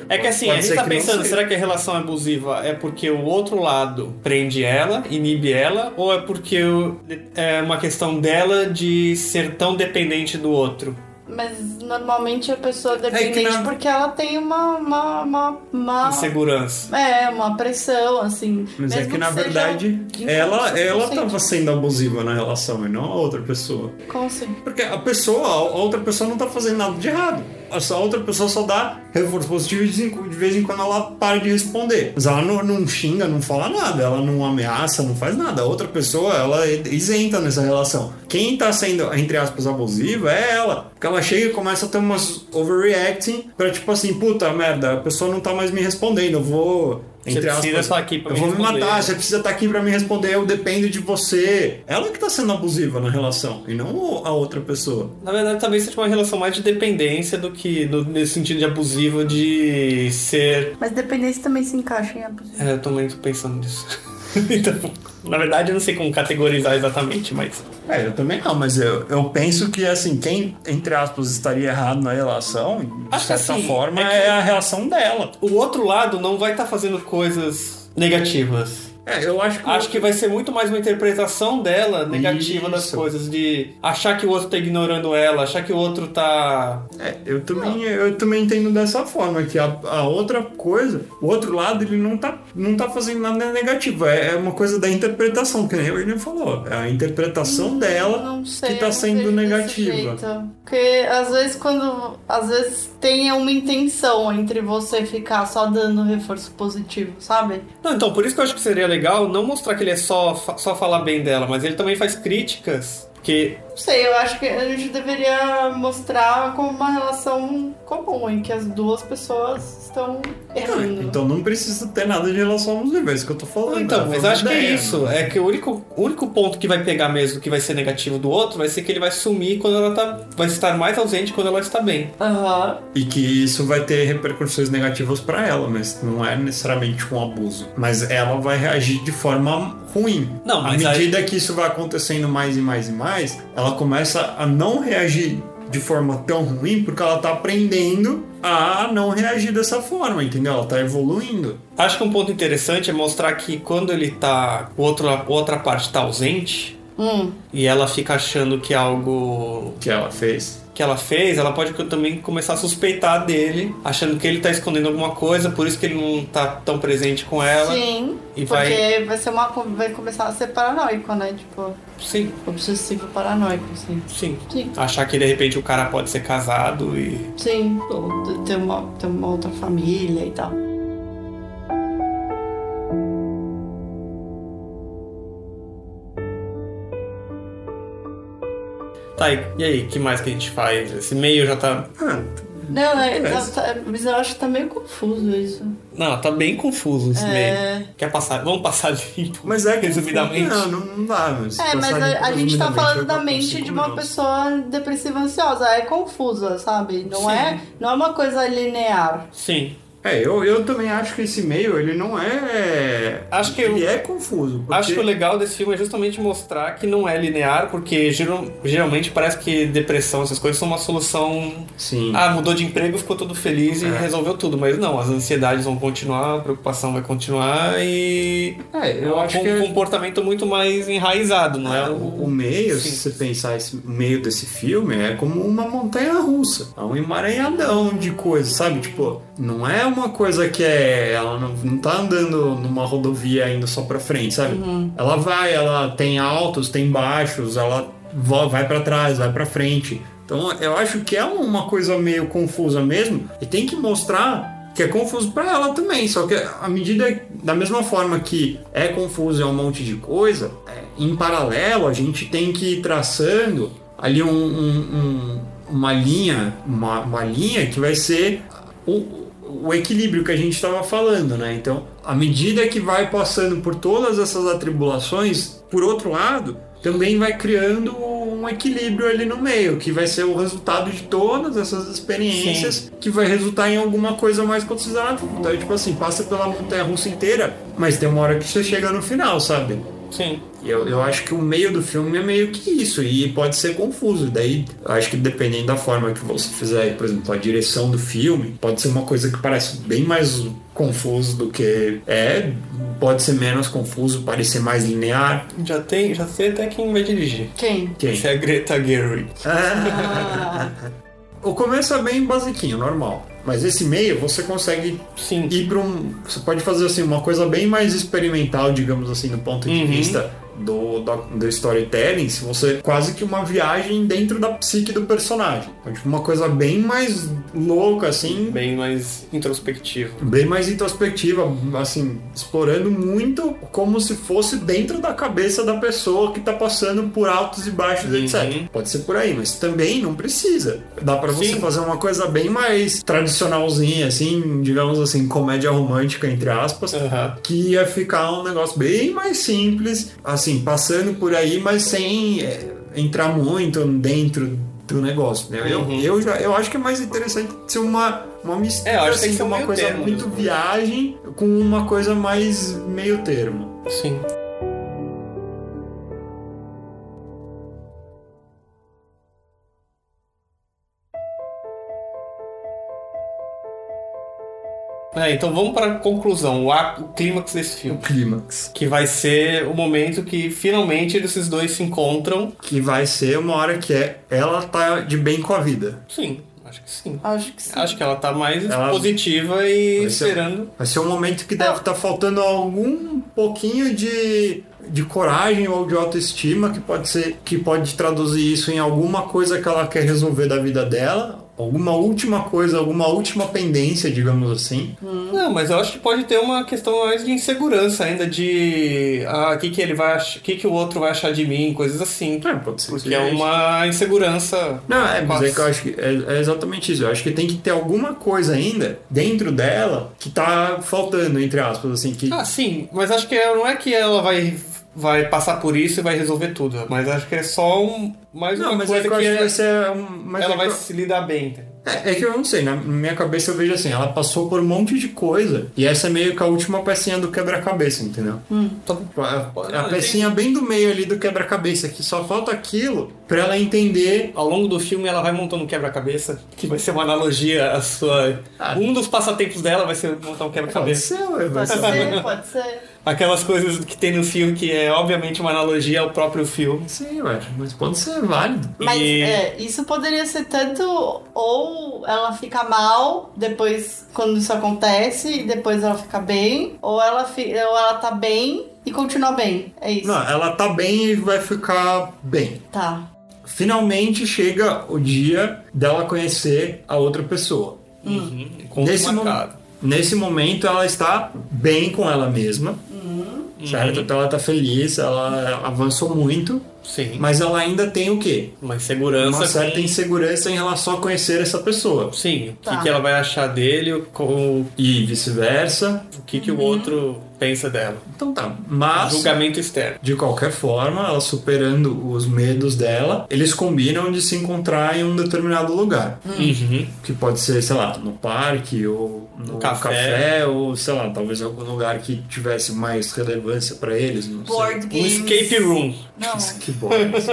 A: É que assim,
C: Pode
A: a gente
C: ser
A: tá
C: que não
A: pensando,
C: seja.
A: será que a relação abusiva é porque o outro lado prende ela, inibe ela, ou é porque o- é uma questão dela de ser tão dependente do outro?
B: Mas normalmente a pessoa é dependente
C: não-
B: porque ela tem uma. uma, uma, uma-
A: Insegurança.
B: É, uma pressão, assim.
C: Mas é
B: Mesmo
C: que, na
B: seja
C: verdade
B: inconsciente,
C: ela, ela
B: consciente.
C: tava sendo abusiva na relação e não a outra pessoa.
B: Como assim?
C: Porque a pessoa, a outra pessoa não tá fazendo nada de errado. Essa outra pessoa só dá reforço positivo e de vez em- de vez em quando ela para de responder. Mas ela não, não xinga, não fala nada, ela não ameaça, não faz nada. A outra pessoa, ela é isenta nessa relação. Quem tá sendo, entre aspas, abusiva é ela. Porque ela chega e começa a ter umas overreacting pra tipo assim, puta merda, a pessoa não tá mais me respondendo, eu vou.
A: Você precisa estar aqui pra
C: eu
A: me
C: vou me
A: responder.
C: matar, você precisa estar aqui pra me responder, eu dependo de você. Ela que tá sendo abusiva na relação, e não o- a outra pessoa.
A: Na verdade, talvez seja uma relação mais de dependência do que no, nesse sentido de abusivo de ser.
B: Mas dependência também se encaixa em abusivo.
A: É, eu tô muito pensando nisso. então, na verdade, eu não sei como categorizar exatamente, mas.
C: É, eu também não, mas eu, eu penso que, assim, quem, entre aspas, estaria errado na relação, de
A: Acho que
C: certa
A: assim,
C: forma,
A: é
C: é,
A: que-
C: a reação dela.
A: O outro lado não vai estar fazendo coisas negativas.
C: É, eu acho que.
A: Acho que vai ser muito mais uma interpretação dela negativa das
C: Isso.
A: coisas, de achar que o outro tá ignorando ela, achar que o outro tá.
C: É, eu também, eu também entendo dessa forma, que a, a outra coisa, o outro lado, ele não tá, não tá fazendo nada negativo. É, é uma coisa da interpretação, que nem o William falou. É a interpretação
A: Hum.
C: dela
B: Não sei.
C: que tá
B: eu não
C: sendo
B: vejo desse
C: negativa.
B: jeito. Porque às vezes quando. Às vezes tem uma intenção entre você ficar só dando reforço positivo, sabe?
A: Não, então, por isso que eu acho que seria legal não mostrar que ele é só, fa- só falar bem dela, mas ele também faz críticas. Porque
B: Não sei, eu acho que a gente deveria mostrar como uma relação comum, em que as duas pessoas estão
C: Ah,
B: errando.
C: Então não precisa ter nada de relação aos níveis, é isso que eu tô falando.
A: Então,
C: né?
A: mas
C: Foi
A: acho que é
C: ideia, né?
A: isso. É que o único, o único ponto que vai pegar mesmo, que vai ser negativo do outro, vai ser que ele vai sumir quando ela tá. Vai estar mais ausente quando ela está bem.
C: então-
B: Aham.
C: E que isso vai ter repercussões negativas pra ela, mas não é necessariamente um abuso. Mas ela vai reagir de forma ruim.
A: Não, mas
C: à
A: aí-
C: medida que isso vai acontecendo mais e mais e mais, ela começa a não reagir de forma tão ruim porque ela tá aprendendo a não reagir dessa forma, entendeu? Ela tá evoluindo.
A: Acho que um ponto interessante é mostrar que quando ele tá. O outro, a outra parte tá ausente.
B: Hum.
A: E ela fica achando que é algo
C: Que ela fez.
A: que ela fez, ela pode co- também começar a suspeitar dele, achando que ele tá escondendo alguma coisa, por isso que ele não tá tão presente com ela.
B: Sim.
A: e
B: porque
A: vai-
B: vai... ser uma. Vai começar a ser paranoico, né? Tipo,
A: Sim,
B: obsessivo paranoico, assim.
A: sim.
B: Sim.
A: Achar que de repente o cara pode ser casado e.
B: Sim. Ou t- ter uma, ter uma outra família e tal.
A: Tá, e e aí, que mais que a gente faz? Esse meio já tá
C: Ah,
B: Não, né?
C: É.
B: tá- tá- mas eu acho que tá meio confuso isso.
A: Não, tá bem confuso esse meio.
B: É.
A: Quer passar? Vamos passar limpo.
C: mas é que.
A: Resumidamente.
C: Não, não, não dá. Mas
B: É, mas
C: passar de-
B: a, a gente tá
C: resumidamente
B: falando
C: vai
B: da
C: dar
B: mente
C: cinco
B: de uma
C: minutos.
B: pessoa depressiva ansiosa, é confusa, sabe? Não
A: Sim.
B: é, não é uma coisa linear.
A: Sim.
C: É, eu, eu também acho que esse meio, ele não é...
A: Acho que
C: Ele
A: eu-
C: é confuso. Porque...
A: Acho que o legal desse filme é justamente mostrar que não é linear, porque geral- geralmente parece que depressão, essas coisas, são uma solução.
C: Sim.
A: Ah, mudou de emprego, ficou todo feliz e
C: Hum. É.
A: resolveu tudo. Mas não, as ansiedades vão continuar, a preocupação vai continuar e.
C: é,
A: é
C: eu
A: um
C: acho
A: com-
C: que...
A: comportamento muito mais enraizado, não é?
C: Ah, O o meio,
A: Sim.
C: se você pensar esse o meio desse filme, é como uma montanha russa. É um emaranhadão de coisas, sabe? Tipo, Não é uma coisa que é. Ela não, não tá andando numa rodovia indo só pra frente, sabe?
A: Uhum.
C: Ela vai, ela tem altos, tem baixos, ela vo- vai pra trás, vai pra frente. Então eu acho que é uma coisa meio confusa mesmo. E tem que mostrar que é confuso pra ela também. Só que à medida, da mesma forma que é confuso e é um monte de coisa, é, em paralelo a gente tem que ir traçando ali um- um- um- uma linha, uma, uma linha que vai ser o, o equilíbrio que a gente estava falando, né? Então, à medida que vai passando por todas essas atribulações, por outro lado, também vai criando um equilíbrio ali no meio, que vai ser o resultado de todas essas experiências, que vai resultar em alguma coisa mais condizada. Então, tipo assim, passa pela montanha russa inteira, mas tem uma hora que você chega no final, sabe?
A: Sim.
C: Eu, eu acho que o meio do filme é meio que isso, e pode ser confuso. Daí, eu acho que dependendo da forma que você fizer, por exemplo, a direção do filme, pode ser uma coisa que parece bem mais confuso do que é, pode ser menos confuso, parecer mais linear.
A: Já, tem, já sei até quem vai dirigir.
B: Quem?
A: Essa
C: Quem?
A: é a Greta Gerwig.
B: Ah,
C: O começo é bem basiquinho, normal. Mas esse meio você consegue
A: Sim.
C: ir para um. Você pode fazer assim, uma coisa bem mais experimental, digamos assim, do ponto de
A: Uhum.
C: vista do, do, do storytelling, se você quase que uma viagem dentro da psique do personagem. Então, tipo, uma coisa bem mais louca, assim,
A: Bem mais introspectivo.
C: bem mais introspectiva, assim, explorando muito como se fosse dentro da cabeça da pessoa que tá passando por altos e baixos,
A: Uhum.
C: etc. Pode ser por aí, mas também não precisa. Dá pra você
A: Sim.
C: fazer uma coisa bem mais tradicionalzinha, assim, digamos assim, comédia romântica, entre aspas.
A: Aham.
C: Que ia ficar um negócio bem mais simples, assim, passando por aí, mas sem é, entrar muito dentro do negócio, né? Eu-
A: Uhum.
C: Eu, já, eu acho que é mais interessante ser uma, uma mistura
A: É, eu acho que tem
C: assim,
A: que ser um
C: uma
A: meio
C: coisa
A: termo
C: muito
A: mesmo.
C: viagem com uma coisa mais meio termo.
A: Sim. É, então vamos para a conclusão, o, á- o clímax desse filme.
C: Clímax.
A: Que vai ser o momento que finalmente esses dois se encontram.
C: Que vai ser uma hora que é ela tá de bem com a vida.
A: Sim, acho que sim.
B: acho que sim.
A: Acho que ela tá mais
C: Ela-
A: positiva e
C: Vai ser-
A: esperando.
C: Vai ser um momento que deve estar faltando algum pouquinho de, de coragem ou de autoestima que pode ser que pode traduzir isso em alguma coisa que ela quer resolver da vida dela. Alguma última coisa, alguma última pendência, digamos assim.
A: Não, mas eu acho que pode ter uma questão mais de insegurança ainda, de ah, o que, que ele vai ach- o que, que o outro vai achar de mim, coisas assim.
C: É, pode ser.
A: Porque
C: que
A: é
C: seja
A: uma insegurança.
C: Não, é, mas é
A: Passa.
C: que eu acho que é, é exatamente isso. Eu acho que tem que ter alguma coisa ainda dentro dela que tá faltando, entre aspas, assim, que.
A: Ah, sim, mas acho que é- não é que ela vai, vai passar por isso e vai resolver tudo. Mas acho que é só um, mais
C: não,
A: uma
C: mas é
A: coisa
C: que eu
A: que,
C: acho que
A: é-
C: vai ser um. mas
A: ela
C: é,
A: vai
C: que eu,
A: se lidar bem. tá?
C: é- é que eu não sei, na minha cabeça eu vejo assim, ela passou por um monte de coisa e essa é meio que a última pecinha do quebra-cabeça, entendeu?
A: Então,
C: Tipo, a,
A: Não,
C: a
A: eu
C: pecinha bem do meio ali do quebra-cabeça, que só falta aquilo pra ela entender.
A: Ao longo do filme, ela vai montando um quebra-cabeça, que vai ser uma analogia à sua.
C: Ah.
A: Um dos passatempos dela vai ser montar um
C: Pode
A: quebra-cabeça.
C: ser, ué, vai
B: Pode
C: ser.
B: ser, pode ser.
A: Aquelas coisas que tem no filme que é obviamente uma analogia ao próprio filme.
C: Sim, ué, mas pode ser válido.
B: Mas
A: E-
B: é, isso poderia ser tanto ou ela fica mal depois quando isso acontece e depois ela fica bem, ou ela, fi- ou ela tá bem e continua bem. É isso.
C: Não, ela tá bem e vai ficar bem.
B: Tá.
C: Finalmente chega o dia dela conhecer a outra pessoa.
B: Hum.
A: Uhum. Conto
C: Nesse mo-
A: marcado.
C: Nesse momento ela está bem com ela mesma, certo? Então ela tá feliz, ela avançou muito,
A: Sim.
C: mas ela ainda tem o quê?
A: Uma insegurança.
C: Uma certa
A: com-
C: insegurança em relação a conhecer essa pessoa.
A: Sim, o que
B: Tá.
A: que, ela vai achar dele, o- com
C: E vice-versa.
A: o que,
B: Uhum.
A: que o outro pensa dela. Um
C: Então tá, mas.
A: Julgamento externo.
C: De qualquer forma, ela superando os medos dela, eles combinam de se encontrar em um determinado lugar.
A: Uhum.
C: que pode ser, sei lá, no parque ou no café,
A: Café.
C: ou sei lá, talvez em algum lugar que tivesse mais relevância pra eles, não
B: Board
C: sei.
A: Um
B: games.
A: escape room.
B: Não,
C: Que bom. isso.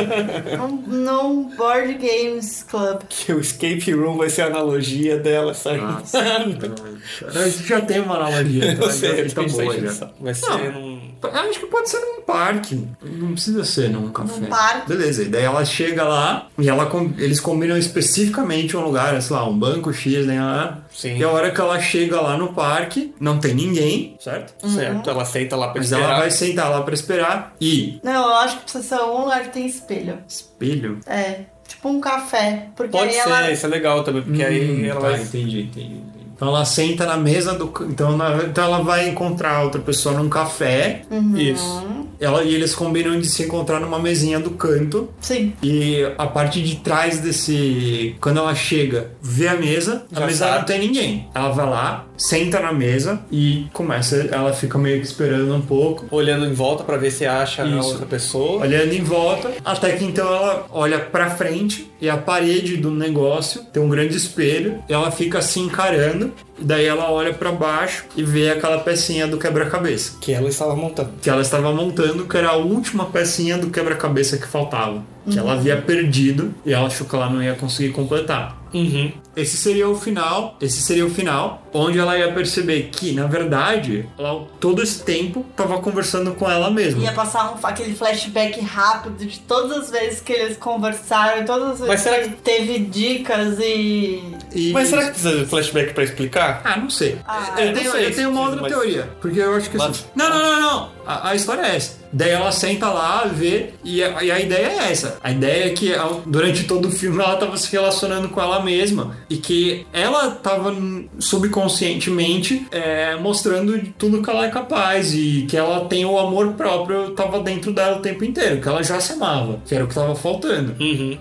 B: não, não board games club.
A: Que o escape room vai ser a analogia dela, sabe?
C: Nossa, a gente já tem uma analogia, então
A: Eu sei,
C: já
A: eu
C: tá
A: tô
C: boa
A: sentindo
C: já.
A: só. Vai ser num.
C: Eu Acho que pode ser num parque, não precisa ser num café.
B: parque.
C: Beleza, e daí ela chega lá e ela com- eles combinam especificamente um lugar, sei lá, um banco X, né? lá.
A: Sim.
C: E a hora que ela chega lá no parque, não tem ninguém, certo?
B: Uhum.
A: Certo. Ela senta lá pra
C: Mas
A: esperar.
C: ela vai sentar lá pra esperar e.
B: Não, eu acho que precisa ser um lugar que tem espelho.
C: Espelho?
B: É, tipo um café. Porque
A: Pode
B: aí
A: ser,
B: ela.
A: isso é legal também, porque
C: Hum,
A: aí ela
C: tá,
A: vai.
C: entendi, entendi. entendi. Então ela senta na mesa do. ca- Então, na- então ela vai encontrar outra pessoa num café.
B: Uhum.
A: Isso.
C: Ela e eles combinam de se encontrar numa mesinha do canto.
B: Sim.
C: E a parte de trás desse. Quando ela chega, vê a mesa,
A: Já
C: a mesa
A: sabe.
C: não tem ninguém. Ela vai lá, senta na mesa e começa. Ela fica meio que esperando um pouco,
A: Olhando em volta pra ver se acha a
C: Isso.
A: outra pessoa.
C: olhando em volta, até que então ela olha pra frente e a parede do negócio tem um grande espelho. E ela fica se encarando, e daí ela olha pra baixo e vê aquela pecinha do quebra-cabeça.
A: Que ela estava montando.
C: Que ela estava montando, que era a última pecinha do quebra-cabeça que faltava. Que ela havia perdido e ela achou que ela não ia conseguir completar.
A: Uhum.
C: Esse seria o final, esse seria o final, onde ela ia perceber que, na verdade, ela todo esse tempo tava conversando com ela mesma.
B: Ia passar um- aquele flashback rápido de todas as vezes que eles conversaram, e todas as vezes
A: Mas será
B: que teve dicas e.
C: E-
A: Mas será que precisa de flashback pra explicar?
C: Ah, não sei.
B: Ah,
C: eu,
A: não
C: tenho,
A: sei
C: eu
A: se
C: tenho
A: precisa,
C: uma outra
A: mas-
C: teoria. Porque eu acho que
A: Mas-
C: assim. Não, não, não, não. A, a história é essa. Daí ela senta lá, vê, e a, e a ideia é essa. A ideia é que ao- durante todo o filme ela tava se relacionando com ela mesma. E que ela tava hum, subconscientemente é, mostrando de tudo que ela é capaz. E que ela tem o amor próprio, tava dentro dela o tempo inteiro. Que ela já se amava. Que era o que tava faltando.
A: Uhum.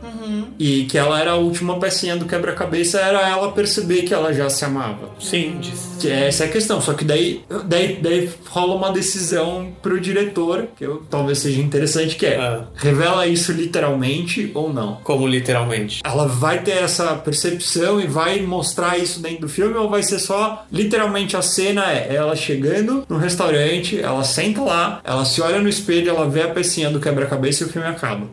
C: E que ela era a última pecinha do quebra-cabeça, era ela perceber que ela já se amava.
A: Sim, diz.
C: Que essa é a questão, só que daí, daí, daí rola uma decisão pro diretor, que eu, talvez seja interessante, que é,
A: Ah.
C: revela isso literalmente ou não?
A: Como literalmente.
C: Ela vai ter essa percepção e vai mostrar isso dentro do filme ou vai ser só literalmente a cena é ela chegando no restaurante, ela senta lá, ela se olha no espelho, ela vê a pecinha do quebra-cabeça e o filme acaba.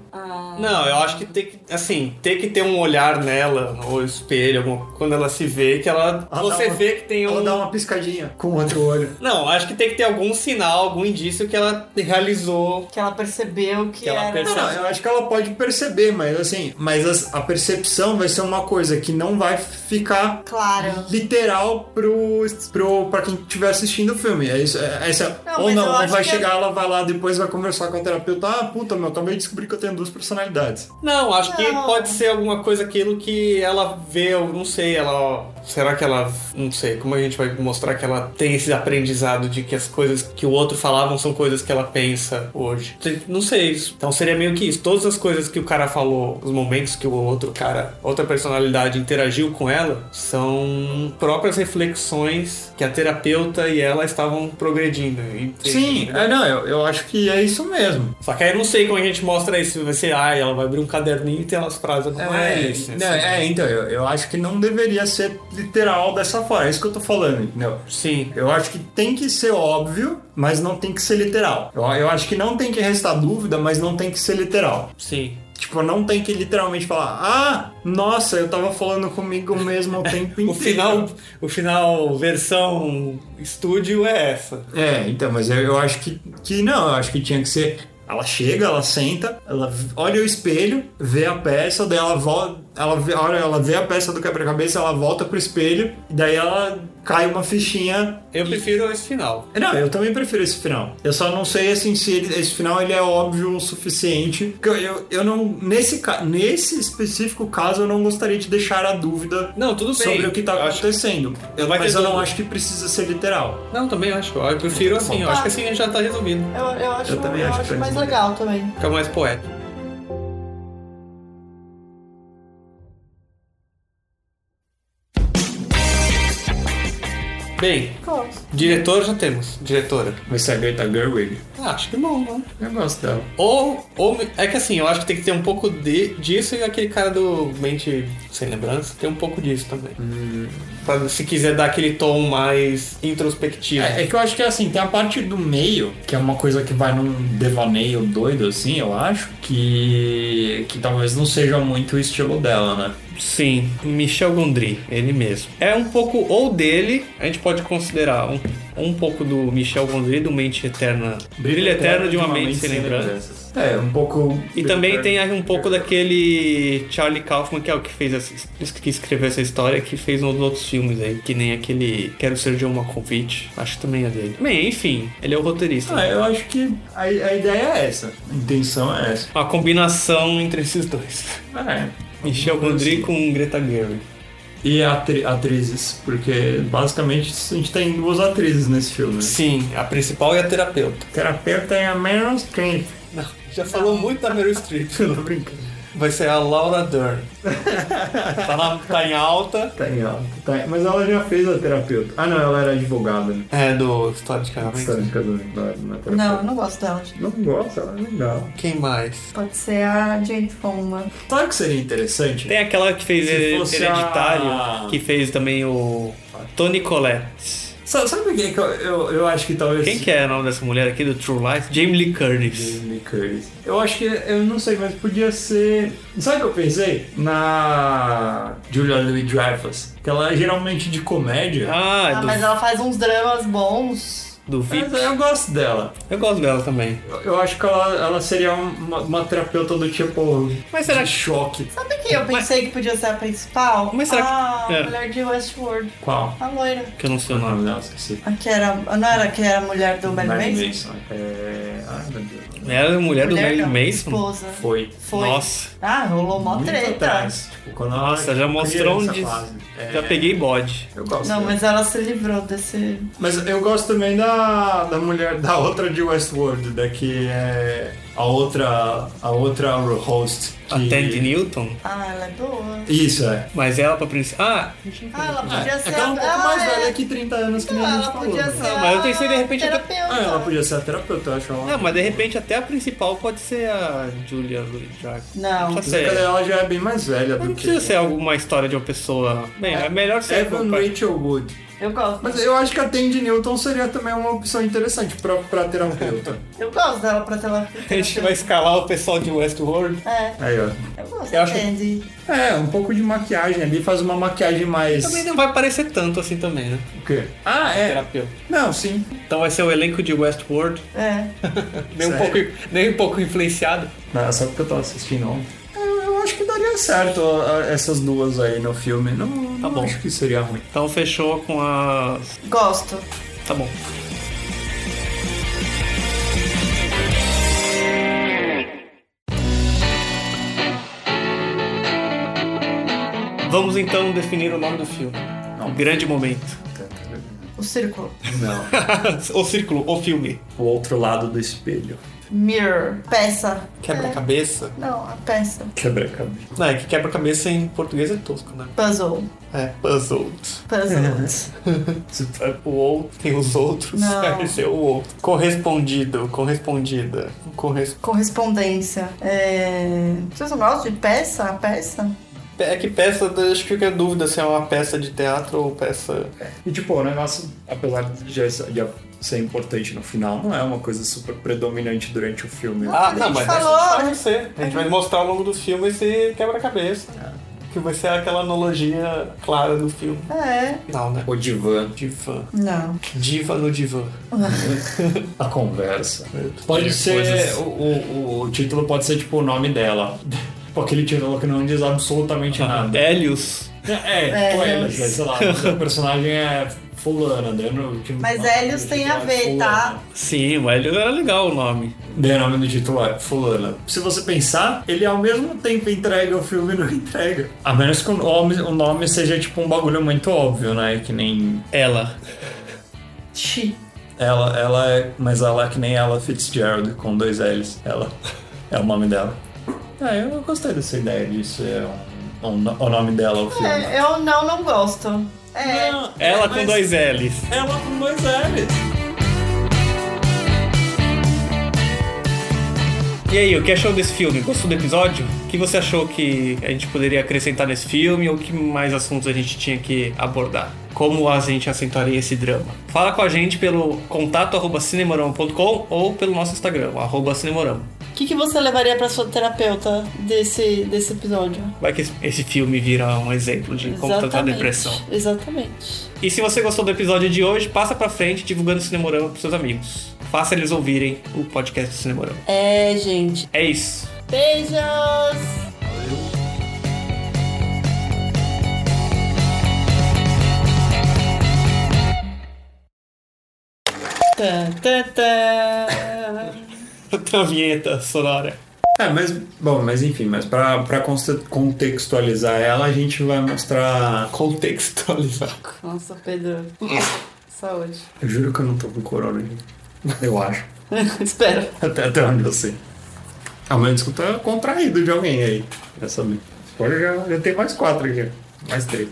A: Não, eu acho que tem que, assim, tem que ter um olhar nela, ou um espelho, alguma, quando ela se vê, que ela.
C: Ela
A: você
C: dá uma-
A: vê que tem
C: Ela
A: um.
C: dá uma piscadinha com o outro olho.
A: Não, acho que tem que ter algum sinal, algum indício que ela realizou.
B: Que ela percebeu que,
A: Que ela
B: era.
A: perce-
C: Não, não, eu acho que ela pode perceber, mas assim, mas as- a percepção vai ser uma coisa que não vai ficar
B: Claro.
C: literal pro, pro para quem estiver assistindo o filme. É isso, é- essa-
B: Não,
C: ou
B: mas
C: não,
B: eu
C: ela
B: acho
C: vai
B: que- é
C: chegar, ela vai lá depois vai conversar com a terapeuta. Ah, puta, meu, acabei de descobrir que eu tenho duas personalidades.
A: Não, acho que
B: Não.
A: pode ser alguma coisa aquilo que ela vê, eu não sei, ela. Será que ela. Não sei, como a gente vai mostrar que ela tem esse aprendizado de que as coisas que o outro falavam são coisas que ela pensa hoje? Não sei isso. Então seria meio que isso. Todas as coisas que o cara falou, os momentos que o outro cara, outra personalidade interagiu com ela, são próprias reflexões que a terapeuta e ela estavam progredindo. E-
C: Sim, é, não, eu, eu acho que é isso mesmo.
A: Só que aí eu não sei como a gente mostra isso. Vai ser, ai, ela vai abrir um caderninho e tem umas frases. Não é, isso.
C: não, é, então, eu, eu acho que não deveria ser literal dessa forma, é isso que eu tô falando, entendeu?
A: Sim.
C: Eu acho que tem que ser óbvio, mas não tem que ser literal. Eu, eu acho que não tem que restar dúvida, mas não tem que ser literal.
A: Sim.
C: Tipo, não tem que literalmente falar, ah, nossa, eu tava falando comigo mesmo o tempo inteiro.
A: O final, o final versão estúdio é essa.
C: É, então, mas eu, eu acho que, que não, eu acho que tinha que ser. Ela chega, ela senta, ela v- olha o espelho, vê a peça, daí ela volta. Ela vê, olha, ela vê a peça do quebra-cabeça, ela volta pro espelho, e daí ela cai uma fichinha
A: Eu prefiro esse final.
C: Não, eu também prefiro esse final. Eu só não sei assim se ele- esse final ele é óbvio o suficiente. Porque Eu, eu, eu não nesse ca- nesse específico caso eu não gostaria de deixar a dúvida
A: Não, tudo bem.
C: sobre o que tá
A: Eu acho-
C: acontecendo. Eu-
A: Vai ter
C: mas eu não
A: dúvida.
C: acho que precisa ser literal.
A: Não, também acho. Eu prefiro assim. Eu acho que assim já tá resolvido.
B: Eu, eu acho,
C: Eu também
B: eu
C: acho
B: acho,
C: que foi
B: mais
C: desligado.
B: legal também.
A: Fica mais poeta. Bem,
B: Gosto.
A: diretor já temos. Diretora.
C: Vai ser a Greta Gerwig.
A: Ah, acho que não, não.
C: Eu gosto dela.
A: Ou, ou é que assim, eu acho que tem que ter um pouco de, disso e aquele cara do Mente Sem Lembrança tem um pouco disso também. Pra, se quiser dar aquele tom mais introspectivo.
C: É, é que eu acho que assim, tem a parte do meio, que é uma coisa que vai num devaneio doido, assim, eu acho, que. que talvez não seja muito o estilo dela, né?
A: Sim, Michel Gondry, ele mesmo. É um pouco ou dele, a gente pode considerar um, um pouco do Michel Gondry, do Mente Eterna, Brilho, Eterno de uma Mente Sem Lembrança.
C: É, um pouco.
A: E também tem um pouco daquele Charlie Kaufman, que é o que fez essa- que escreveu essa história, que fez uns outros filmes aí, que nem aquele Quero Ser John Malkovich, acho que também é dele. Bem, enfim, ele é o roteirista.
C: Ah, eu acho que a, a ideia é essa. A intenção é essa.
A: A combinação entre esses dois.
C: É.
A: Michel Gondry com Greta Gerwig.
C: E atri- atrizes, porque basicamente a gente tem duas atrizes nesse filme.
A: Sim, a principal e a terapeuta.
C: Terapeuta é a Meryl Streep.
A: Não, já falou muito da Meryl Streep.
C: Tô brincando.
A: Vai ser a Laura Dern. tá, na- tá em alta.
C: Tá em alta. Tá em- Mas ela já fez a terapeuta. Ah, não, ela era advogada, né?
A: É, do História de Carramento.
C: Histórica do não, era- não é terapeuta.
B: Não, eu não gosto dela. gente.
C: Não gosto, ela é legal.
A: Quem mais?
B: Pode ser a Jane Fonda.
C: Claro que seria interessante.
A: Tem aquela que fez
C: Se
A: Hered-
C: fosse
A: Hereditário,
C: a-
A: que fez também o Tony Collette.
C: Sabe, sabe o que que eu, eu, eu acho que talvez.
A: Quem que é o nome dessa mulher aqui do True Lies? Jamie Lee Curtis.
C: Jamie Curtis. Eu acho que, eu não sei, mas podia ser. Sabe o que eu pensei? Na. Julia Louis Dreyfus. Que ela é geralmente de comédia.
A: Ah, é
B: Ah,
A: do,
B: mas ela faz uns dramas bons.
A: do VIP.
C: Mas eu gosto dela.
A: Eu gosto dela também.
C: Eu, eu acho que ela, ela seria uma, uma terapeuta do tipo.
A: Mas será
C: de
A: que-
C: choque.
B: Sabe que eu pensei que podia ser a principal?
A: Mas será que-
B: ah, a
A: é.
B: mulher de Westworld.
C: Qual?
B: A loira.
A: Que eu não sei
C: O
A: o nome.
C: nome dela, esqueci.
B: A que era, não era a que era a mulher do Ben
C: Marilyn
B: Mason?
C: Manson. É. Ai, meu Deus.
A: Ela é mulher, do
B: Mulher
A: Marilyn
B: não,
A: Mason?
B: Esposa.
C: Foi.
B: Foi.
A: Nossa,
B: Ah, rolou mó
C: Muito
B: treta.
C: atrás. Tipo, quando ela-
A: nossa, já mostrou
C: essa
A: onde.
C: fase. É,
A: Já peguei bode.
C: Eu gosto.
B: Não,
C: dela.
B: mas ela se livrou desse.
C: Mas eu gosto também da, da mulher, da outra de Westworld, da que é a outra, a outra host. Que...
A: A Tandy Newton.
B: Ah, ela é boa.
C: Isso, é.
A: Mas ela pra princípio. Ah,
B: Ah, ela podia
C: é
B: ser.
C: aquela um pouco
B: ah,
C: mais
B: é.
C: velha que 30 anos que
B: Não,
C: nem a gente
B: ela
C: falou.
B: podia
C: né?
B: ser.
A: Não, mas eu pensei, de
B: a
A: repente, eu tô-
B: terapeuta.
C: Ah, ela podia ser a terapeuta, eu acho. Ela...
A: não, mas de repente até a principal pode ser a Julia Louis-Dreyfus. Tá
B: Não.
A: Pode
C: Só que
A: ser.
C: Ela já é bem mais velha
A: Mas
C: do
A: não
C: que.
A: precisa ser alguma história de uma pessoa. Bem, é, melhor ser.
C: Evan Rachel Wood.
B: Eu gosto.
C: Mas é- eu acho que a Tandy Newton seria também uma opção interessante pra, pra um terapeuta.
B: Eu gosto dela pra terapeuta.
A: A gente
C: um
A: vai escalar o pessoal de Westworld.
B: É,
C: Aí, ó.
B: eu gosto
A: Eu
B: da
A: acho-
B: Tandy.
C: É, um pouco de maquiagem ali, faz uma maquiagem mais.
A: Também não vai parecer tanto assim também, né?
C: O quê? Ah, é.
A: Terapeuta.
C: Não, sim.
A: Então vai ser o elenco de Westworld,
B: É.
A: nem um, pouco,
C: Sério?
A: nem um pouco influenciado.
C: Não, é só porque eu tava assistindo ontem. É, Eu, eu acho que daria certo a- a- essas duas aí no filme. Não,
A: Tá
C: não
A: bom.
C: acho que seria ruim.
A: Então fechou com as.
B: Gosto.
A: Tá bom. Vamos então definir o nome do filme.
C: Não.
A: O grande momento.
B: O círculo.
C: Não.
A: o círculo, o filme.
C: o outro lado do espelho.
B: Mirror. Peça.
A: Quebra-cabeça.
B: É. Não, a peça.
C: Quebra-cabeça.
A: Não, é que quebra-cabeça em português é tosco, né?
B: Puzzle.
A: É, puzzled.
B: Puzzle.
A: Uhum. O outro tem os outros,
B: Não.
A: vai ser o outro. Correspondido, correspondida. Corres...
B: Correspondência. É... Vocês não gostam de peça? A peça?
A: É que peça, acho que fica a dúvida se é uma peça de teatro ou peça.
C: E tipo, o negócio, apesar de já, já ser importante no final, não é uma coisa super predominante durante o filme.
B: Ah, a gente falou,
A: isso vai
B: né?
A: ser. A gente vai mostrar ao longo do filme esse quebra-cabeça. Que vai ser aquela analogia clara do filme.
B: É.
A: Não, né?
C: O divã,
A: Divã.
B: Não.
A: Diva no divã.
C: a conversa. Pode ser. O, o- o título pode ser tipo o nome dela. Tipo, aquele título que não diz absolutamente nada.
A: Hélios.
C: É, tipo,
B: É,
C: Helios,
B: é.
C: sei lá, o personagem é fulana, daí no título- é
B: Mas Helios tem a ver, tá?
A: Sim, o Hélios era legal o nome.
C: Daí o nome do título é fulana. Se você pensar, ele ao mesmo tempo entrega o filme e não entrega. A menos que o nome, o nome seja tipo um bagulho muito óbvio, né? Que nem
A: Ela.
B: Chi.
C: ela, ela é, mas ela é que nem ela Fitzgerald, com dois L's. Ela é o nome dela. Ah, eu gostei dessa ideia disso, é um, um, o nome dela, o filme.
B: É, eu não, não gosto. É.
C: Não,
A: Ela com
C: mas-
A: dois L's.
C: Ela com dois L's.
A: E aí, o que achou desse filme? Gostou do episódio? O que você achou que a gente poderia acrescentar nesse filme ou que mais assuntos a gente tinha que abordar? Como a gente acentuaria esse drama? Fala com a gente pelo contato arroba cinemorama.com ou pelo nosso Instagram, arroba cinemorama.
B: O que, que você levaria pra sua terapeuta desse, desse episódio?
A: Vai que esse- esse filme vira um exemplo de como tratar a depressão.
B: Exatamente.
A: E se você gostou do episódio de hoje, passa pra frente divulgando o Cinemorama pros seus amigos. Faça eles ouvirem o podcast do Cinemorama.
B: É, gente.
A: É isso.
B: Beijos! Tá, tá, tá.
A: Tem uma vinheta sonora.
C: É, mas, bom, mas enfim, mas pra, pra conste- contextualizar ela, a gente vai mostrar.
A: Contextualizar.
B: Nossa, Pedro. Saúde.
C: Eu juro que eu não tô com corona, gente. Eu acho.
B: Espero.
C: Até, até onde eu sei. Ao menos que eu tô contraído de alguém aí. Essa Agora já, já tem mais quatro aqui. Mais três.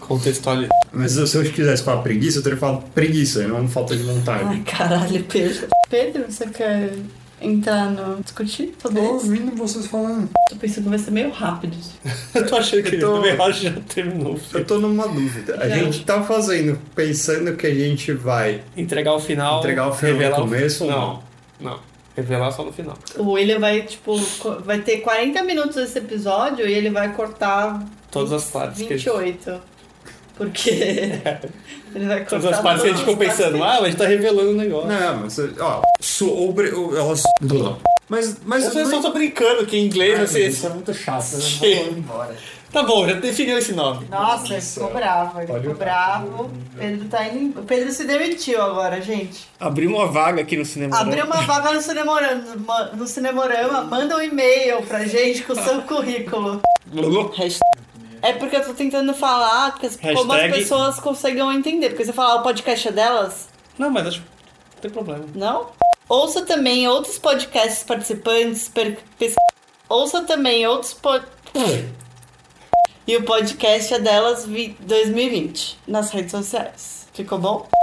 A: Contextualizar.
C: Mas se eu- se eu tivesse falar preguiça, eu teria falado preguiça, não falta de vontade.
B: Ai, caralho, Pedro. Pedro, você quer entrar no. discutir Tá sobre isso?
C: tá ouvindo vocês falando.
B: Tô pensando que vai ser meio rápido.
A: Eu tô achando que
C: Eu tô-
A: ele também já terminou.
C: Eu tô numa dúvida. A
B: Já.
C: gente tá fazendo, pensando que a gente vai.
A: Entregar o final.
C: Entregar o final no
A: revelar o-
C: começo ou
A: Não, não. Revelar só no final.
B: O William vai, tipo, co- vai ter 40 minutos esse episódio e ele vai cortar
A: Todas as partes que a gente-
B: 28. Porque. ele vai cortar.
A: Todas Tá as partes que a gente ficou
B: todas as
A: pensando,
B: partes
A: ah, mas tá revelando o negócio.
C: Não, mas. Ó, sobre. Ela. Mas. mas
A: Vocês só estão brincando que em inglês vai ser esse.
C: é muito chato,
A: né? Vamos
C: embora.
A: Tá bom, já definiu esse nome.
B: Nossa, ele ficou bravo, ele
C: Olha
B: ficou
C: o-
B: bravo. Pedro tá indo. O Pedro se demitiu agora, gente.
A: Abriu uma vaga aqui no cinema.
B: Abriu uma vaga no Cinemorama, no Cinemorama manda um e-mail pra gente com o seu currículo. É porque eu tô tentando falar porque as- como as
A: Hashtag-
B: pessoas conseguem entender. Porque você falar o podcast é delas,
A: Não, mas acho que não tem problema.
B: não? Ouça também outros podcasts participantes. per- pes- Ouça também outros pod... E o podcast é delas vi- 2020 nas redes sociais. Ficou bom?